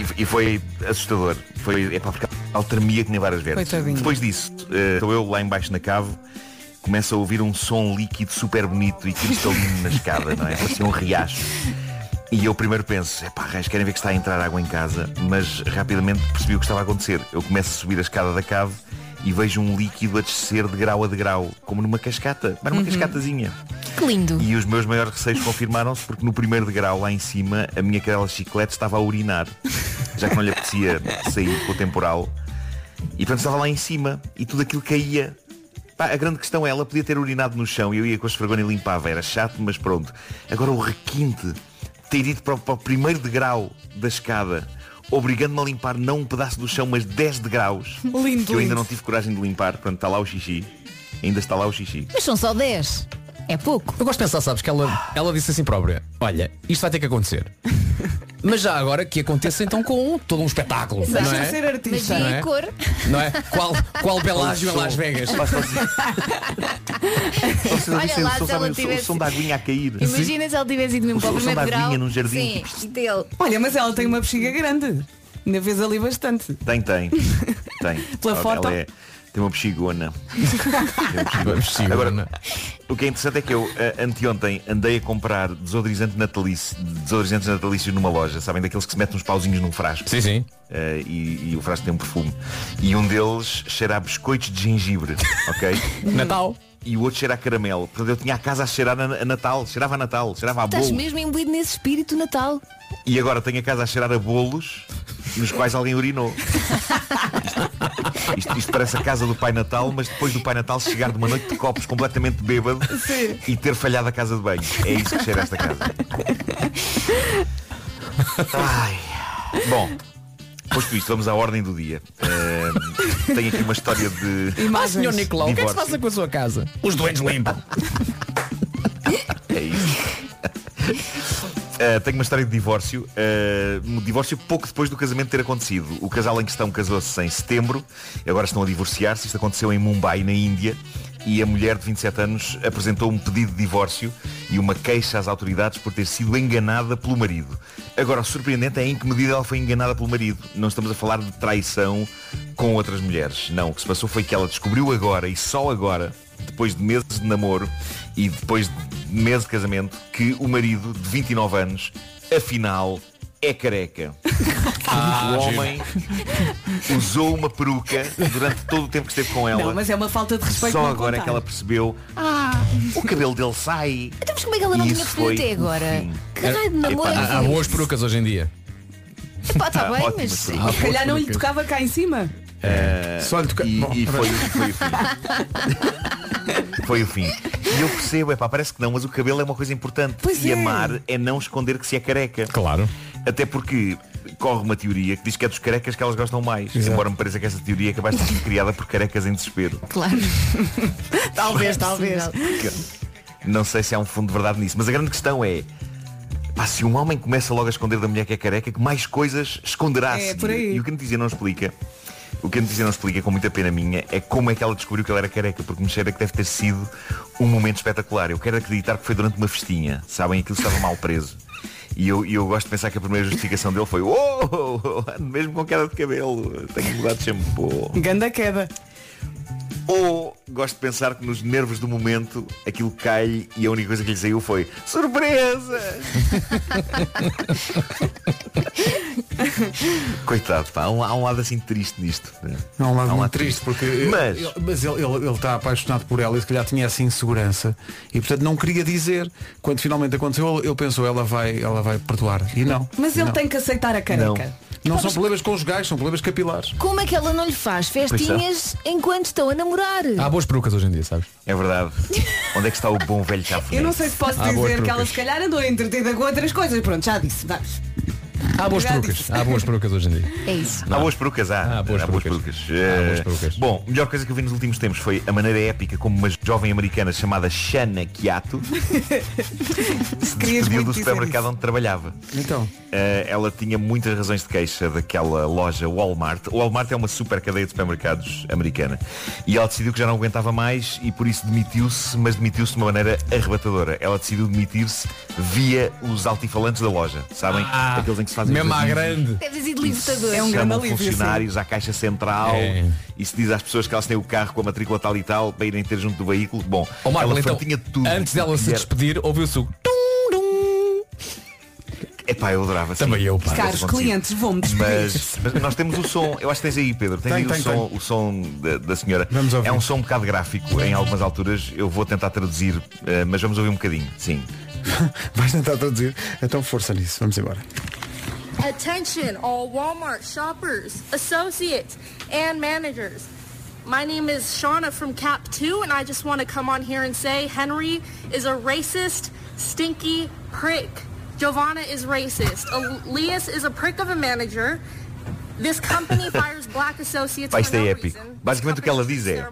O: e- e foi assustador. Foi é para ficar altermia que nem várias vezes.
E: Coitadinho.
O: Depois disso, eh, estou eu lá embaixo na cave, começo a ouvir um som líquido super bonito e cristalino na escada, não é? Parecia um riacho. E eu primeiro penso, epá, raios, querem ver que está a entrar água em casa, mas rapidamente percebi o que estava a acontecer. Eu começo a subir a escada da cave e vejo um líquido a descer de grau a degrau, como numa cascata, mas numa
H: Uhum.
O: cascatazinha.
H: Que lindo.
O: E os meus maiores receios confirmaram-se porque no primeiro degrau lá em cima a minha cadela chiclete estava a urinar, já que não lhe apetecia sair com o temporal. E portanto estava lá em cima e tudo aquilo caía. Pá, a grande questão é, ela podia ter urinado no chão e eu ia com a esfregona e limpava, era chato, mas pronto. Agora o requinte ter ido para o, para o primeiro degrau da escada, obrigando-me a limpar não um pedaço do chão, mas 10 degraus.
E: Lindo,
O: que eu ainda
E: lindo.
O: não tive coragem de limpar, portanto está lá o xixi. Ainda está lá o xixi.
H: Mas são só 10. É pouco.
I: Eu gosto de pensar, sabes, que ela, ela disse assim própria, olha, isto vai ter que acontecer. Mas já agora que aconteça então com todo um espetáculo.
E: Exato.
I: Não é?
E: Deixa ser artista.
I: Não é? Não é? Qual, qual Belágio em
O: Sou-
I: Las Vegas?
O: Faço assim. Vocês
H: Olha
O: dizem
H: lá,
O: o som
H: se ela
O: sabe, o som-
H: tivesse-
O: O som da aguinha a cair.
H: Imagina se ela tivesse ido mesmo
O: O
H: para o
O: som- o som
H: primeiro
O: da
H: grau.
O: aguinha num jardim.
H: Sim, dele.
E: Olha, mas ela tem uma bexiga grande. Ainda vês ali bastante.
O: Tem, tem. Tem.
E: Pela
O: Ela-
E: foto?
O: ela é- tem uma bexigona. Agora, o que é interessante é que eu eh, anteontem andei a comprar desodorizante natalício, desodorizantes natalícios numa loja, sabem, daqueles que se metem uns pauzinhos num frasco. Eh,
I: Sim, sim.
O: e, e o frasco tem um perfume. E um deles cheira a biscoitos de gengibre, ok?
I: Natal.
O: E o outro cheira a caramelo. Portanto, eu tinha a casa a cheirar a, a Natal, cheirava a Natal, cheirava a
H: Estás
O: bolo.
H: mesmo imbuído nesse espírito natal.
O: E agora tenho a casa a cheirar a bolos nos quais alguém urinou. Isto, isto parece a casa do Pai Natal, mas depois do Pai Natal chegar de uma noite de copos completamente bêbado
L: Sim.
O: e ter falhado a casa de banho. É isso que cheira esta casa. Ai. Bom, posto isto, vamos à ordem do dia. Ahm, tenho aqui uma história de.
I: Ah, senhor Nicolau, o que é que
O: divórcio.
I: se passa com a sua casa?
O: Os doentes limpam. é isso. Uh, tenho uma história de divórcio. Uh, um divórcio pouco depois do casamento ter acontecido. O casal em questão casou-se em setembro, agora estão a divorciar-se. Isto aconteceu em Mumbai, na Índia. E a mulher de 27 anos apresentou um pedido de divórcio e uma queixa às autoridades por ter sido enganada pelo marido. Agora, o surpreendente é em que medida ela foi enganada pelo marido. Não estamos a falar de traição com outras mulheres. Não, o que se passou foi que ela descobriu agora e só agora depois de meses de namoro e depois de meses de casamento, que o marido de 29 anos, afinal, é careca.
L: Ah,
O: o homem usou uma peruca durante todo o tempo que esteve com ela.
E: Não, mas é uma falta de respeito.
O: Só
E: não
O: agora é
E: contar.
O: que ela percebeu
H: Ah.
O: o cabelo dele sai.
H: Então, mas como é que ela não
O: E
H: tinha
O: isso
H: percebido
O: foi
H: até
O: o
H: agora?
O: fim.
H: Que raio de namoro
I: um Epá, há, há
H: é
I: boas perucas hoje em dia.
H: Epá, tá
I: Ah,
H: bem,
I: ótimo,
H: mas
I: sim.
E: Se calhar não lhe tocava cá em cima.
O: Só lhe tocar. É, E, e foi, foi o fim. foi o fim. E eu percebo, é pá, parece que não, mas o cabelo é uma coisa importante.
L: Pois
O: e
L: é.
O: amar é não esconder que se é careca.
I: Claro.
O: Até porque corre uma teoria que diz que é dos carecas que elas gostam mais. Embora me pareça que essa teoria acaba de ser criada por carecas em desespero.
H: Claro.
L: Talvez, talvez.
O: Que- Não sei se há um fundo de verdade nisso, mas a grande questão é. Pá, se um homem começa logo a esconder da mulher que é careca, que mais coisas esconderá a
E: É,
O: seguir?
E: por aí.
O: E o que a notícia não explica, o que a notícia não explica, com muita pena minha, é como é que ela descobriu que ela era careca, porque me cheira que deve ter sido um momento espetacular. Eu quero acreditar que foi durante uma festinha, sabem, aquilo estava mal preso. E eu, e eu gosto de pensar que a primeira justificação dele foi Oh, ando mesmo com queda de cabelo, tenho que mudar de shampoo.
E: Ganda queda.
O: Ou gosto de pensar que nos nervos do momento aquilo cai e a única coisa que lhe saiu foi Surpresa! Coitado, pá, há um, há um lado assim triste nisto. né?
A: Há um lado
O: Há um
A: muito
O: lado
A: triste,
O: triste.
A: porque eh,
O: Mas-
A: ele, mas ele, ele, ele está apaixonado por ela e se calhar tinha essa insegurança e portanto não queria dizer. Quando finalmente aconteceu, ele, ele pensou, ela vai, ela vai perdoar. E não.
E: Mas ele
A: não.
E: tem que aceitar a careca.
A: Não são problemas conjugais, são problemas capilares.
H: Como é que ela não lhe faz
O: é.
H: festinhas enquanto estão a namorar?
I: Há boas perucas hoje em dia, sabes?
O: É verdade. Onde é que está o bom velho cafuné?
E: Eu não sei se posso
O: Há boas
E: dizer que ela
O: perucas.
E: se calhar andou entretida com outras coisas. Pronto, já disse. Vamos.
I: Há boas
E: Já
I: perucas.
E: disse.
I: Há boas perucas hoje em dia.
H: É isso.
O: Há boas perucas, há. Há boas perucas. Eh, Bom, a melhor coisa que eu vi nos últimos tempos foi a maneira épica como uma jovem americana chamada Shana Kiato se despediu
L: muito
O: do
L: dizer
O: supermercado onde trabalhava.
A: Então.
O: Eh, ela tinha muitas razões de queixa daquela loja Walmart. O Walmart é uma super cadeia de supermercados americana. E ela decidiu que já não aguentava mais e por isso demitiu-se, mas demitiu-se de uma maneira arrebatadora. Ela decidiu demitir-se via os altifalantes da loja, sabem?
I: Ah,
O: Aqueles em que se fazem
I: mesmo
O: os
I: à
O: avisos.
I: grande.
H: Deve ter sido
E: é
H: libertador.
E: um
O: chamam funcionários à caixa central
I: É.
O: e se diz às pessoas que elas têm o carro com a matrícula tal e tal para irem ter junto do veículo. Bom,
I: Ó Marco,
O: ela
I: então,
O: tinha tudo.
I: antes dela se
O: Era-
I: despedir, ouviu-se o...
O: Epá, eu adorava. Também
I: eu,
O: pá.
E: Caros clientes, vou-me despedir.
O: Mas, mas nós temos o som, eu acho que tens aí, Pedro, tens
A: Tem,
O: aí
A: tem,
O: o, som, o som da, da senhora. É um som um bocado gráfico em algumas alturas, eu vou tentar traduzir, eh, mas vamos ouvir um bocadinho, sim.
A: Vais tentar traduzir. Então força nisso. Vamos embora.
P: Attention all Walmart shoppers, associates, and managers. My name is Shauna from Cap 2, and I just want to come on here and say Henry is a racist, stinky prick. Giovanna is racist. Elias is a prick of a manager. This company fires black associates
O: Pá,
P: for
O: isto é
P: no
O: épico.
P: reason.
O: Basicamente o que ela diz é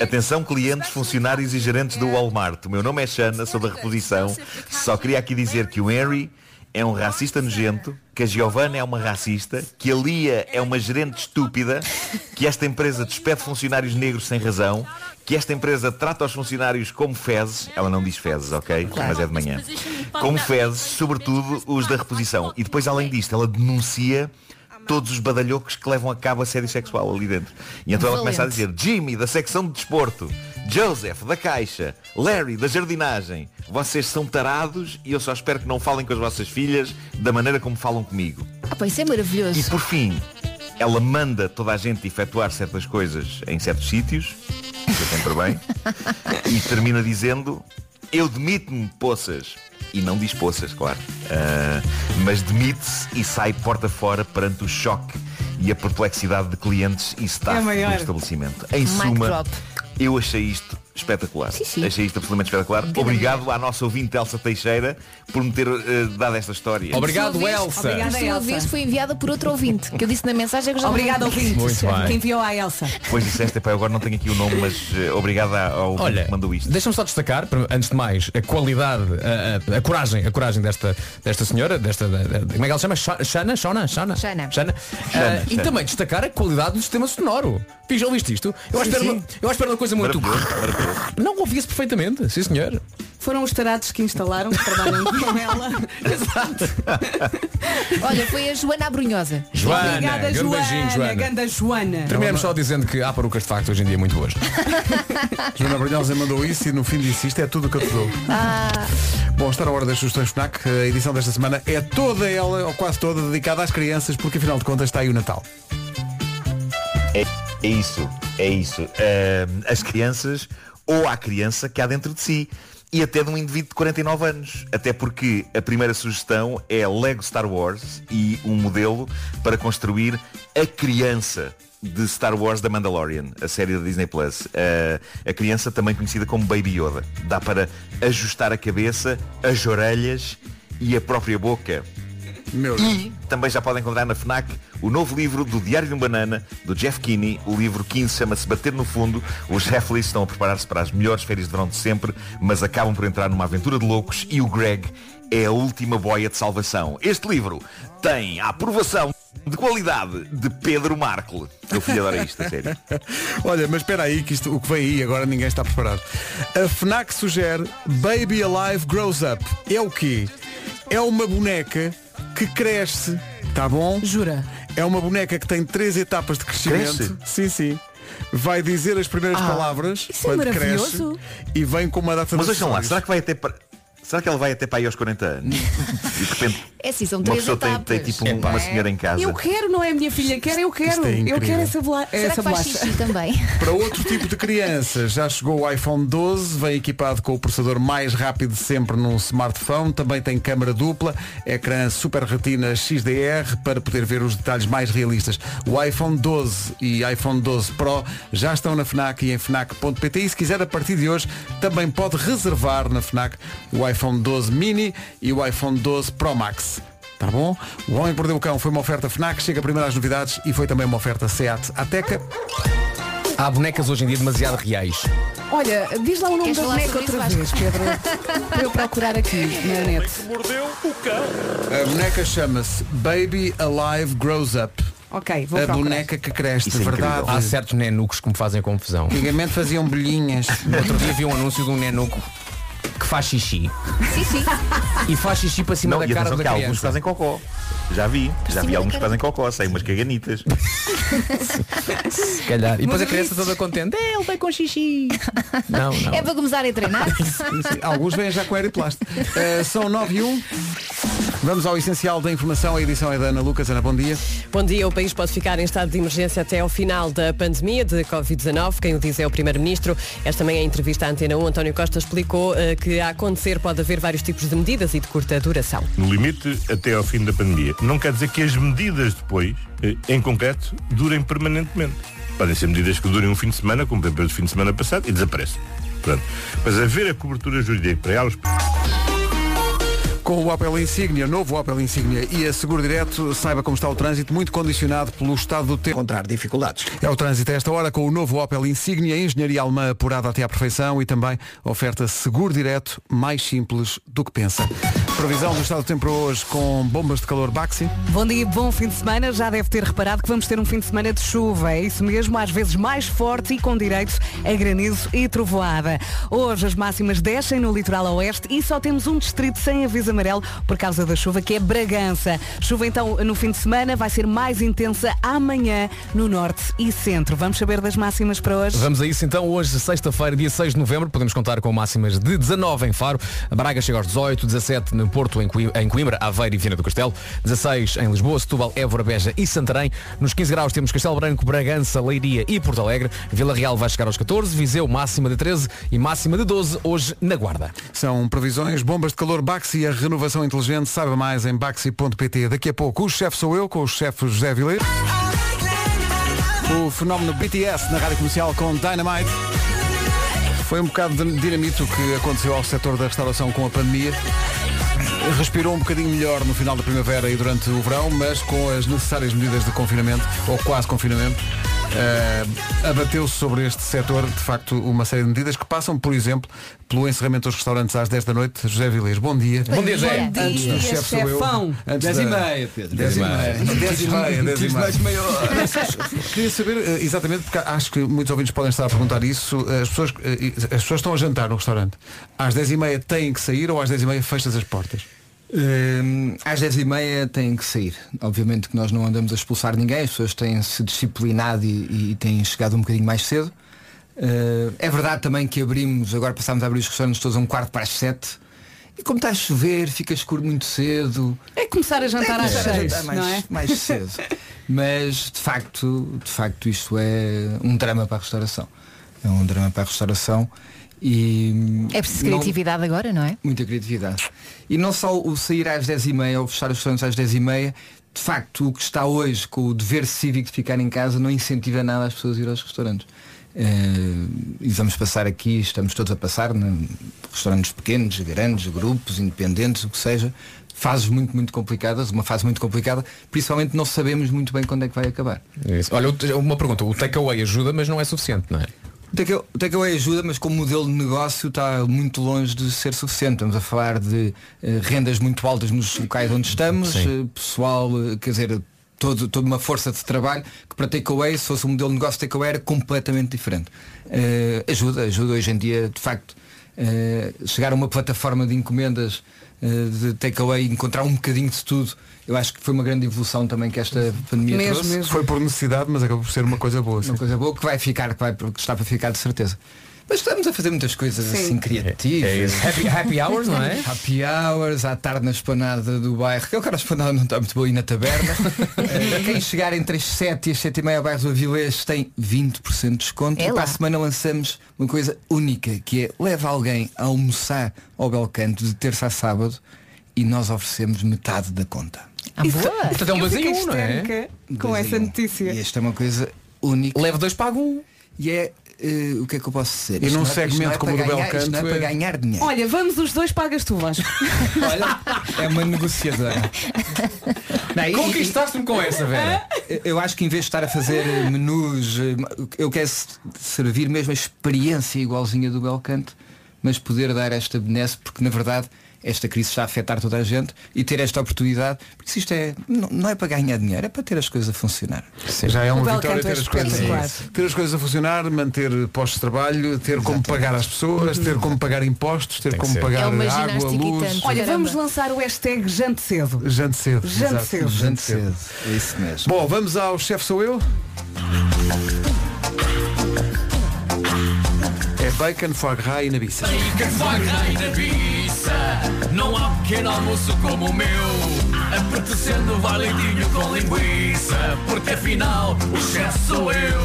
O: Atenção clientes, funcionários e gerentes do Walmart O meu nome é Xana, sou da reposição Só queria aqui dizer que o Henry é um racista nojento Que a Giovanna é uma racista Que a Lia é uma gerente estúpida Que esta empresa despede funcionários negros sem razão que esta empresa trata os funcionários como fezes, ela não diz fezes, ok? Mas é de manhã. Como fezes, sobretudo os da reposição. E depois, além disto, ela denuncia todos os badalhocos que levam a cabo a série sexual ali dentro. E então ela começa a dizer Jimmy, da secção de desporto, Joseph, da caixa, Larry, da jardinagem, vocês são tarados e eu só espero que não falem com as vossas filhas da maneira como falam comigo.
H: Ah, pá, isso é maravilhoso.
O: E por fim, ela manda toda a gente efetuar certas coisas em certos sítios, isso é sempre bem, e termina dizendo, eu demito-me, poças. E não diz poças, claro. Ah, mas demite-se e sai porta fora perante o choque e a perplexidade de clientes e staff
E: É maior.
O: do estabelecimento. Em
E: Mic
O: suma,
E: drop.
O: eu achei isto espetacular.
E: Sim, sim.
O: Achei isto absolutamente espetacular. Obrigado à nossa ouvinte Elsa Teixeira por me ter eh, dado esta história.
H: Por sua vez- Por sua vez foi enviada por outro ouvinte, que eu disse na mensagem que eu já não
E: Obrigada,
H: lembro.
E: ouvinte.
O: Muito bem.
E: Que enviou à Elsa.
O: Pois disseste, epá, eu agora não tenho aqui o nome, mas eh, obrigado à- ao ouvinte
I: Olha,
O: que mandou isto.
I: deixa-me só destacar, prim- antes de mais, a qualidade, a, a- a coragem, a coragem desta, desta senhora, desta, da- da- como é que ela se chama? Sha- Shana? Shona? Shana? Shana. Ah,
O: Shana,
I: e
O: Shana.
I: também destacar a qualidade do sistema sonoro. Fiz, já ouviste isto? Eu acho que era uma- eu acho que era uma coisa muito... Não ouvia-se perfeitamente, sim senhor.
E: Foram os tarados que instalaram, que trabalham com ela. Exato.
H: Olha, foi a Joana Abrunhosa.
I: Joana,
E: Obrigada,
I: grande
E: Joana.
I: beijinho, Joana.
E: Ganda Joana.
H: É.
I: Terminamos só dizendo que há perucas de facto hoje em dia muito boas.
A: Joana Brunhosa mandou isso e no fim disse isto é tudo o que eu te dou.
H: Ah,
A: Bom, está na hora das sugestões FNAC. A edição desta semana é toda ela, ou quase toda, dedicada às crianças, porque afinal de contas está aí o Natal.
O: É, é isso, é isso. Ahm, as crianças, ou a criança que há dentro de si. E até de um indivíduo de 49 anos. Até porque a primeira sugestão é Lego Star Wars e um modelo para construir a criança de Star Wars da Mandalorian, a série da Disney Plus. Ah, a criança também conhecida como Baby Yoda. Dá para ajustar a cabeça, as orelhas e a própria boca. E também já podem encontrar na FNAC o novo livro do Diário de um Banana, do Jeff Kinney. O livro 15 chama-se Bater no Fundo. Os Hefleys estão a preparar-se para as melhores férias de verão de sempre, mas acabam por entrar numa aventura de loucos e o Greg é a última boia de salvação. Este livro tem a aprovação de qualidade de Pedro Marco. Meu filho adora isto, a sério.
A: Olha, mas espera aí, que isto, o que vem aí agora ninguém está preparado. A FNAC sugere Baby Alive Grows Up. É o quê? É uma boneca que cresce, tá bom? Jura? É uma boneca que tem três etapas de crescimento. Sim, sim. Vai dizer as primeiras
O: Ah,
A: palavras
O: isso é
A: quando
O: maravilhoso.
A: cresce e vem com uma data
O: Mas
A: de
O: vejam lá,
A: acessórios.
O: será que vai até para... Será que ela vai até para aí aos 40 anos? E de repente
E: É
H: assim,
E: sim,
H: Um,
O: uma pessoa tem, tem tipo um- uma senhora em casa.
E: Eu quero, não é a minha filha, quero, eu quero.
A: é incrível.
E: eu quero essa, bola
H: Será
E: essa
H: que faz
E: bolacha.
H: xixi também?
A: Para outro tipo de crianças, já chegou o iPhone 12, vem equipado com o processador mais rápido de sempre num smartphone, também tem câmara dupla, ecrã Super Retina XDR para poder ver os detalhes mais realistas. O iPhone 12 e iPhone 12 Pro já estão na FNAC e em FNAC.pt e se quiser a partir de hoje também pode reservar na FNAC o iPhone 12 Mini e o iPhone 12 Pro Max. Tá bom? O Homem que Mordeu o Cão foi uma oferta FNAC, chega primeiro às novidades e foi também uma oferta SEAT Ateca.
I: Há bonecas hoje em dia demasiado reais.
E: Olha, diz lá o nome
H: Queres
E: da
H: falar
E: boneca
H: sobre isso,
E: outra
H: Vasco?
E: vez, Pedro. para eu procurar aqui na net.
L: Mordeu o cão.
A: A boneca chama-se Baby Alive Grows Up.
E: Ok,
A: a boneca que cresce,
I: é
A: de verdade.
I: Há certos nenucos que me fazem confusão.
A: Antigamente faziam bolhinhas.
I: Outro dia vi um anúncio de um nenuco que faz xixi.
H: Sim, sim.
I: E faz xixi para cima
O: Não,
I: da
O: e
I: cara
O: atenção
I: da
O: que há
I: criança.
O: alguns que fazem cocó. Já vi, já vi alguns que fazem cocó, saem umas caganitas.
I: Se calhar. E depois a criança toda contente.
H: É, ele vai com xixi.
I: Não, não.
H: É para começar a treinar?
A: Alguns vêm já com aeroplasto. Uh, são 9 e 1. Vamos ao essencial da informação. A edição é da Ana Lucas. Ana, bom dia.
B: Bom dia, o país pode ficar em estado de emergência até ao final da pandemia de Covid-19. Quem o diz é o Primeiro-Ministro. Esta manhã, em entrevista à Antena 1, António Costa explicou eh, que a acontecer pode haver vários tipos de medidas e de curta duração.
Q: no limite até ao fim da pandemia. Não quer dizer que as medidas depois, eh, em concreto, durem permanentemente. Podem ser medidas que durem um fim de semana, como por exemplo o fim de semana passado, e desaparecem. Pronto. Mas haver a cobertura jurídica para elas
A: Com o Opel Insignia, novo Opel Insignia e a Seguro Direto, saiba como está o trânsito, muito condicionado pelo estado do tempo. Encontrar dificuldades. É o trânsito a esta hora com o novo Opel Insignia, engenharia alemã apurada até à perfeição e também oferta Seguro Direto mais simples do que pensa. Previsão do estado do tempo para hoje com bombas de calor Baxi.
E: Bom dia, bom fim de semana. Já deve ter reparado que vamos ter um fim de semana de chuva. É isso mesmo, às vezes mais forte e com direito a granizo e trovoada. Hoje as máximas descem no litoral oeste e só temos um distrito sem aviso amarelo por causa da chuva, que é Bragança. Chuva então no fim de semana vai ser mais intensa amanhã no norte e centro. Vamos saber das máximas para hoje?
I: Vamos a isso então, hoje, sexta-feira, dia 6 de novembro, podemos contar com máximas de 19 em Faro, Braga chega aos 18, 17 no Porto, em Coim- em Coimbra, Aveiro e Viana do Castelo, 16 em Lisboa, Setúbal, Évora, Beja e Santarém, nos 15 graus temos Castelo Branco, Bragança, Leiria e Porto Alegre, Vila Real vai chegar aos 14, Viseu máxima de 13 e máxima de 12 hoje na Guarda.
A: São previsões, bombas de calor Baxi e a renovação inteligente. Saiba mais em baxi.pt. Daqui a pouco o chefe sou eu com o chefe José Vileiro. O fenómeno BTS na rádio comercial com Dynamite. Foi um bocado de dinamite o que aconteceu ao setor da restauração com a pandemia. Respirou um bocadinho melhor no final da primavera e durante o verão, mas com as necessárias medidas de confinamento, ou quase confinamento, eh, abateu-se sobre este setor, de facto, uma série de medidas que passam, por exemplo, pelo encerramento dos restaurantes às 10 da noite. José Vilês, bom dia.
M: Bom dia, José. Bom dia,
A: Antes do chefe sou eu.
M: chefão.
A: Antes
M: 10 e
A: da-
M: meia, Pedro.
A: 10 e meia. 10 e meia. 10 e
M: Quis mais
A: meia.
M: maior.
A: Queria saber eh, exatamente, porque acho que muitos ouvintes podem estar a perguntar isso. eh, As pessoas, eh, as pessoas estão a jantar no restaurante. Às 10h30 têm que sair ou às 10h30 fechas as portas?
R: Hum, às 10 e meia têm que sair. Obviamente que nós não andamos a expulsar ninguém, as pessoas têm se disciplinado e, e têm chegado um bocadinho mais cedo. Uh, é verdade também que abrimos, agora passámos a abrir os restaurantes todos a um quarto para as sete. E como está a chover, fica escuro muito cedo.
E: É começar a jantar
R: É
E: às
R: começar a
E: seis,
R: jantar mais,
E: não é?
R: mais cedo. Mas de facto, de facto isto é um drama para a restauração. É um drama para a restauração e
H: É preciso
R: não-
H: criatividade agora, não é?
R: Muita criatividade. E não só o sair às 10h30 ou fechar os restaurantes às 10h30, de facto, o que está hoje com o dever cívico de ficar em casa não incentiva nada as pessoas a ir aos restaurantes. Eh, e vamos passar aqui, estamos todos a passar, né, restaurantes pequenos, grandes, grupos, independentes, o que seja, fases muito, muito complicadas, uma fase muito complicada, principalmente não sabemos muito bem quando é que vai acabar.
I: É isso. Olha, o- uma pergunta, o takeaway ajuda, mas não é suficiente, não é?
R: O take- O takeaway é ajuda, mas como modelo de negócio está muito longe de ser suficiente. Estamos a falar de eh, rendas muito altas nos locais onde estamos, eh, pessoal, eh, quer dizer, todo, toda uma força de trabalho que para takeaway, se fosse um modelo de negócio de takeaway, era completamente diferente. Eh, ajuda, ajuda hoje em dia, de facto, eh, chegar a uma plataforma de encomendas eh, de takeaway e encontrar um bocadinho de tudo. Eu acho que foi uma grande evolução também que esta pandemia
A: Mesmo,
R: trouxe.
A: mesmo. Foi por necessidade, mas acabou por ser uma coisa boa.
R: Uma coisa boa que vai ficar, que, vai, que está para ficar de certeza. Mas estamos a fazer muitas coisas assim criativas.
I: É- é isso. Happy- happy hours, não é?
R: Happy hours, à tarde na esplanada do bairro, que agora a esplanada não está muito boa e na taberna. Eh, Quem chegar entre as 7 e as 7 e meia ao bairro do Avilés tem 20% de desconto.
H: É
R: e para
H: lá.
R: a semana lançamos uma coisa única, que é leva alguém a almoçar ao Belcanto de terça a sábado e nós oferecemos metade da conta.
H: Ah, boa.
I: Portanto, é um
E: Eu
I: dois em
E: fiquei
I: um, não é?
E: histérica Com
R: Dois em
E: essa
R: um.
E: notícia.
R: E esta é uma coisa única.
I: Leva dois, paga um.
R: E é eh, o que é que eu posso dizer?
A: E
R: Isto
A: num
R: não é- isto
A: segmento
R: não é
A: como o
R: para
A: do
R: ganhar- isto
A: Belcanto,
R: Não é
A: é-
R: para ganhar dinheiro.
E: Olha, vamos os dois, pagas tu, Vasco.
R: É uma negociadora. Não, e-
I: Conquistaste-me com essa, Vera.
R: Eu- Eu acho que em vez de estar a fazer eh, menus, eh, eu quero se- servir mesmo a experiência igualzinha do Belcanto, mas poder dar esta benesse, porque na verdade esta crise está a afetar toda a gente e ter esta oportunidade, porque se isto é, não, não é para ganhar dinheiro, é para ter as coisas a funcionar.
A: Já é
R: O
A: uma
R: Belcanto
A: vitória ter
R: é
A: as, coisas,
R: espetacular.
A: ter as coisas a funcionar, manter postos de trabalho, ter como pagar as pessoas, ter como pagar impostos, ter como pagar água, luz.
E: Olha, vamos lançar o hashtag Jante Cedo.
A: Jante cedo.
E: Jante
A: exato.
E: cedo.
A: Jante cedo.
R: É isso mesmo.
A: Bom, vamos ao chefe sou eu. É bacon, foie gras e nabiça.
L: Bacon, foie gras e nabiça Não há pequeno almoço como o meu Apetecendo valentinho com linguiça Porque afinal o chefe sou eu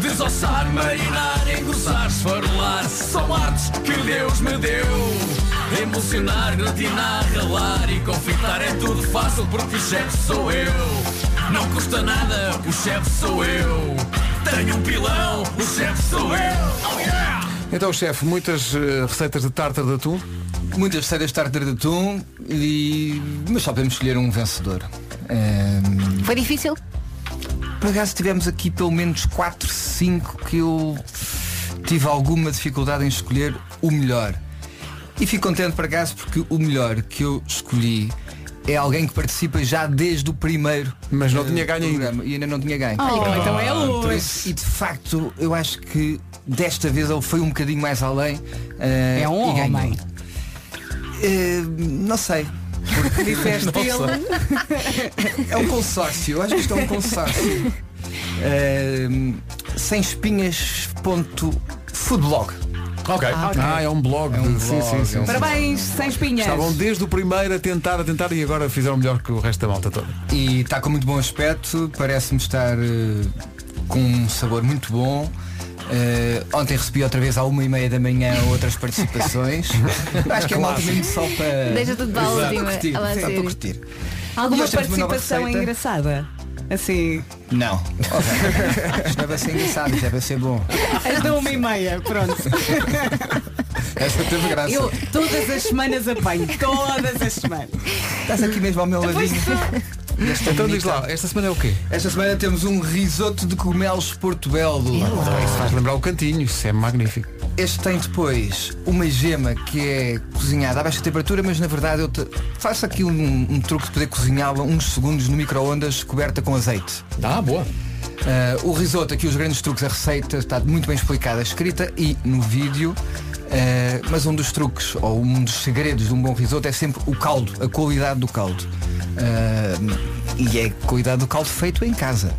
L: Desossar, marinar, engrossar, esfarelar São artes que Deus me deu Emocionar, gratinar, ralar e confitar É tudo fácil porque o chefe sou eu Não custa nada, o chefe sou eu Tenho um pilão, o chefe sou eu Oh yeah!
A: Então, chefe, muitas eh, receitas de tartar de atum.
R: Muitas receitas de tartar de atum, e... mas só podemos escolher um vencedor. Ehm,
H: Foi difícil?
R: Por acaso tivemos aqui pelo menos 4, 5 que eu tive alguma dificuldade em escolher o melhor. E fico contente por acaso porque o melhor que eu escolhi é alguém que participa já desde o primeiro.
A: Mas não
R: eh,
A: tinha ganho ainda.
R: programa, E ainda não tinha ganho.
E: Oh, Ah, então é hoje.
R: E de facto eu acho que desta vez ele foi um bocadinho mais além. eh,
E: É um
R: e ganhou.
E: homem.
R: Eh, não sei. Porque
E: Disseste
R: ele. É um consórcio, eu acho que isto é um consórcio. Ahm, sem espinhas ponto foodblog.
A: Ok. Ah, ok. Ah, é um blog.
R: É um blog.
A: de- sim, sim, sim.
R: é um
E: Parabéns, sem espinhas.
A: Estavam desde o primeiro a tentar, a tentar e agora fizeram melhor que o resto da malta toda.
R: blog. E está com muito bom aspecto, parece-me estar eh, com um sabor muito bom. Eh, ontem recebi outra vez à uma e meia da manhã outras participações. acho que é
H: Clássico.
R: malta mesmo só para.
H: Deixa tudo para a
R: Exato,
H: última,
R: curtir,
H: a lá
R: só
H: sério.
R: para curtir.
E: Alguma
R: Nós temos uma nova
E: participação
R: receita.
E: engraçada? Assim.
R: Não. Ok. Isto deve ser engraçado, isto deve ser bom.
E: Às da uma e meia, pronto.
R: Esta teve graça.
E: Eu todas as semanas apanho, todas as semanas.
R: Estás aqui mesmo ao meu ladinho.
E: Então
R: diz lá, esta semana é o quê? Esta semana temos um risoto de cogumelos Porto Belo.
A: Isso faz lembrar o cantinho, isso é magnífico.
R: Este tem depois uma gema que é cozinhada a baixa temperatura, mas na verdade eu te- faço aqui um, um truque de poder cozinhá-la uns segundos no micro-ondas coberta com azeite. Ah,
I: Ah, boa.
R: o risoto, aqui os grandes truques, a receita está muito bem explicada, escrita e no vídeo. Ah, mas um dos truques ou um dos segredos de um bom risoto é sempre o caldo, a qualidade do caldo. Ah, e é a qualidade do caldo feito em casa.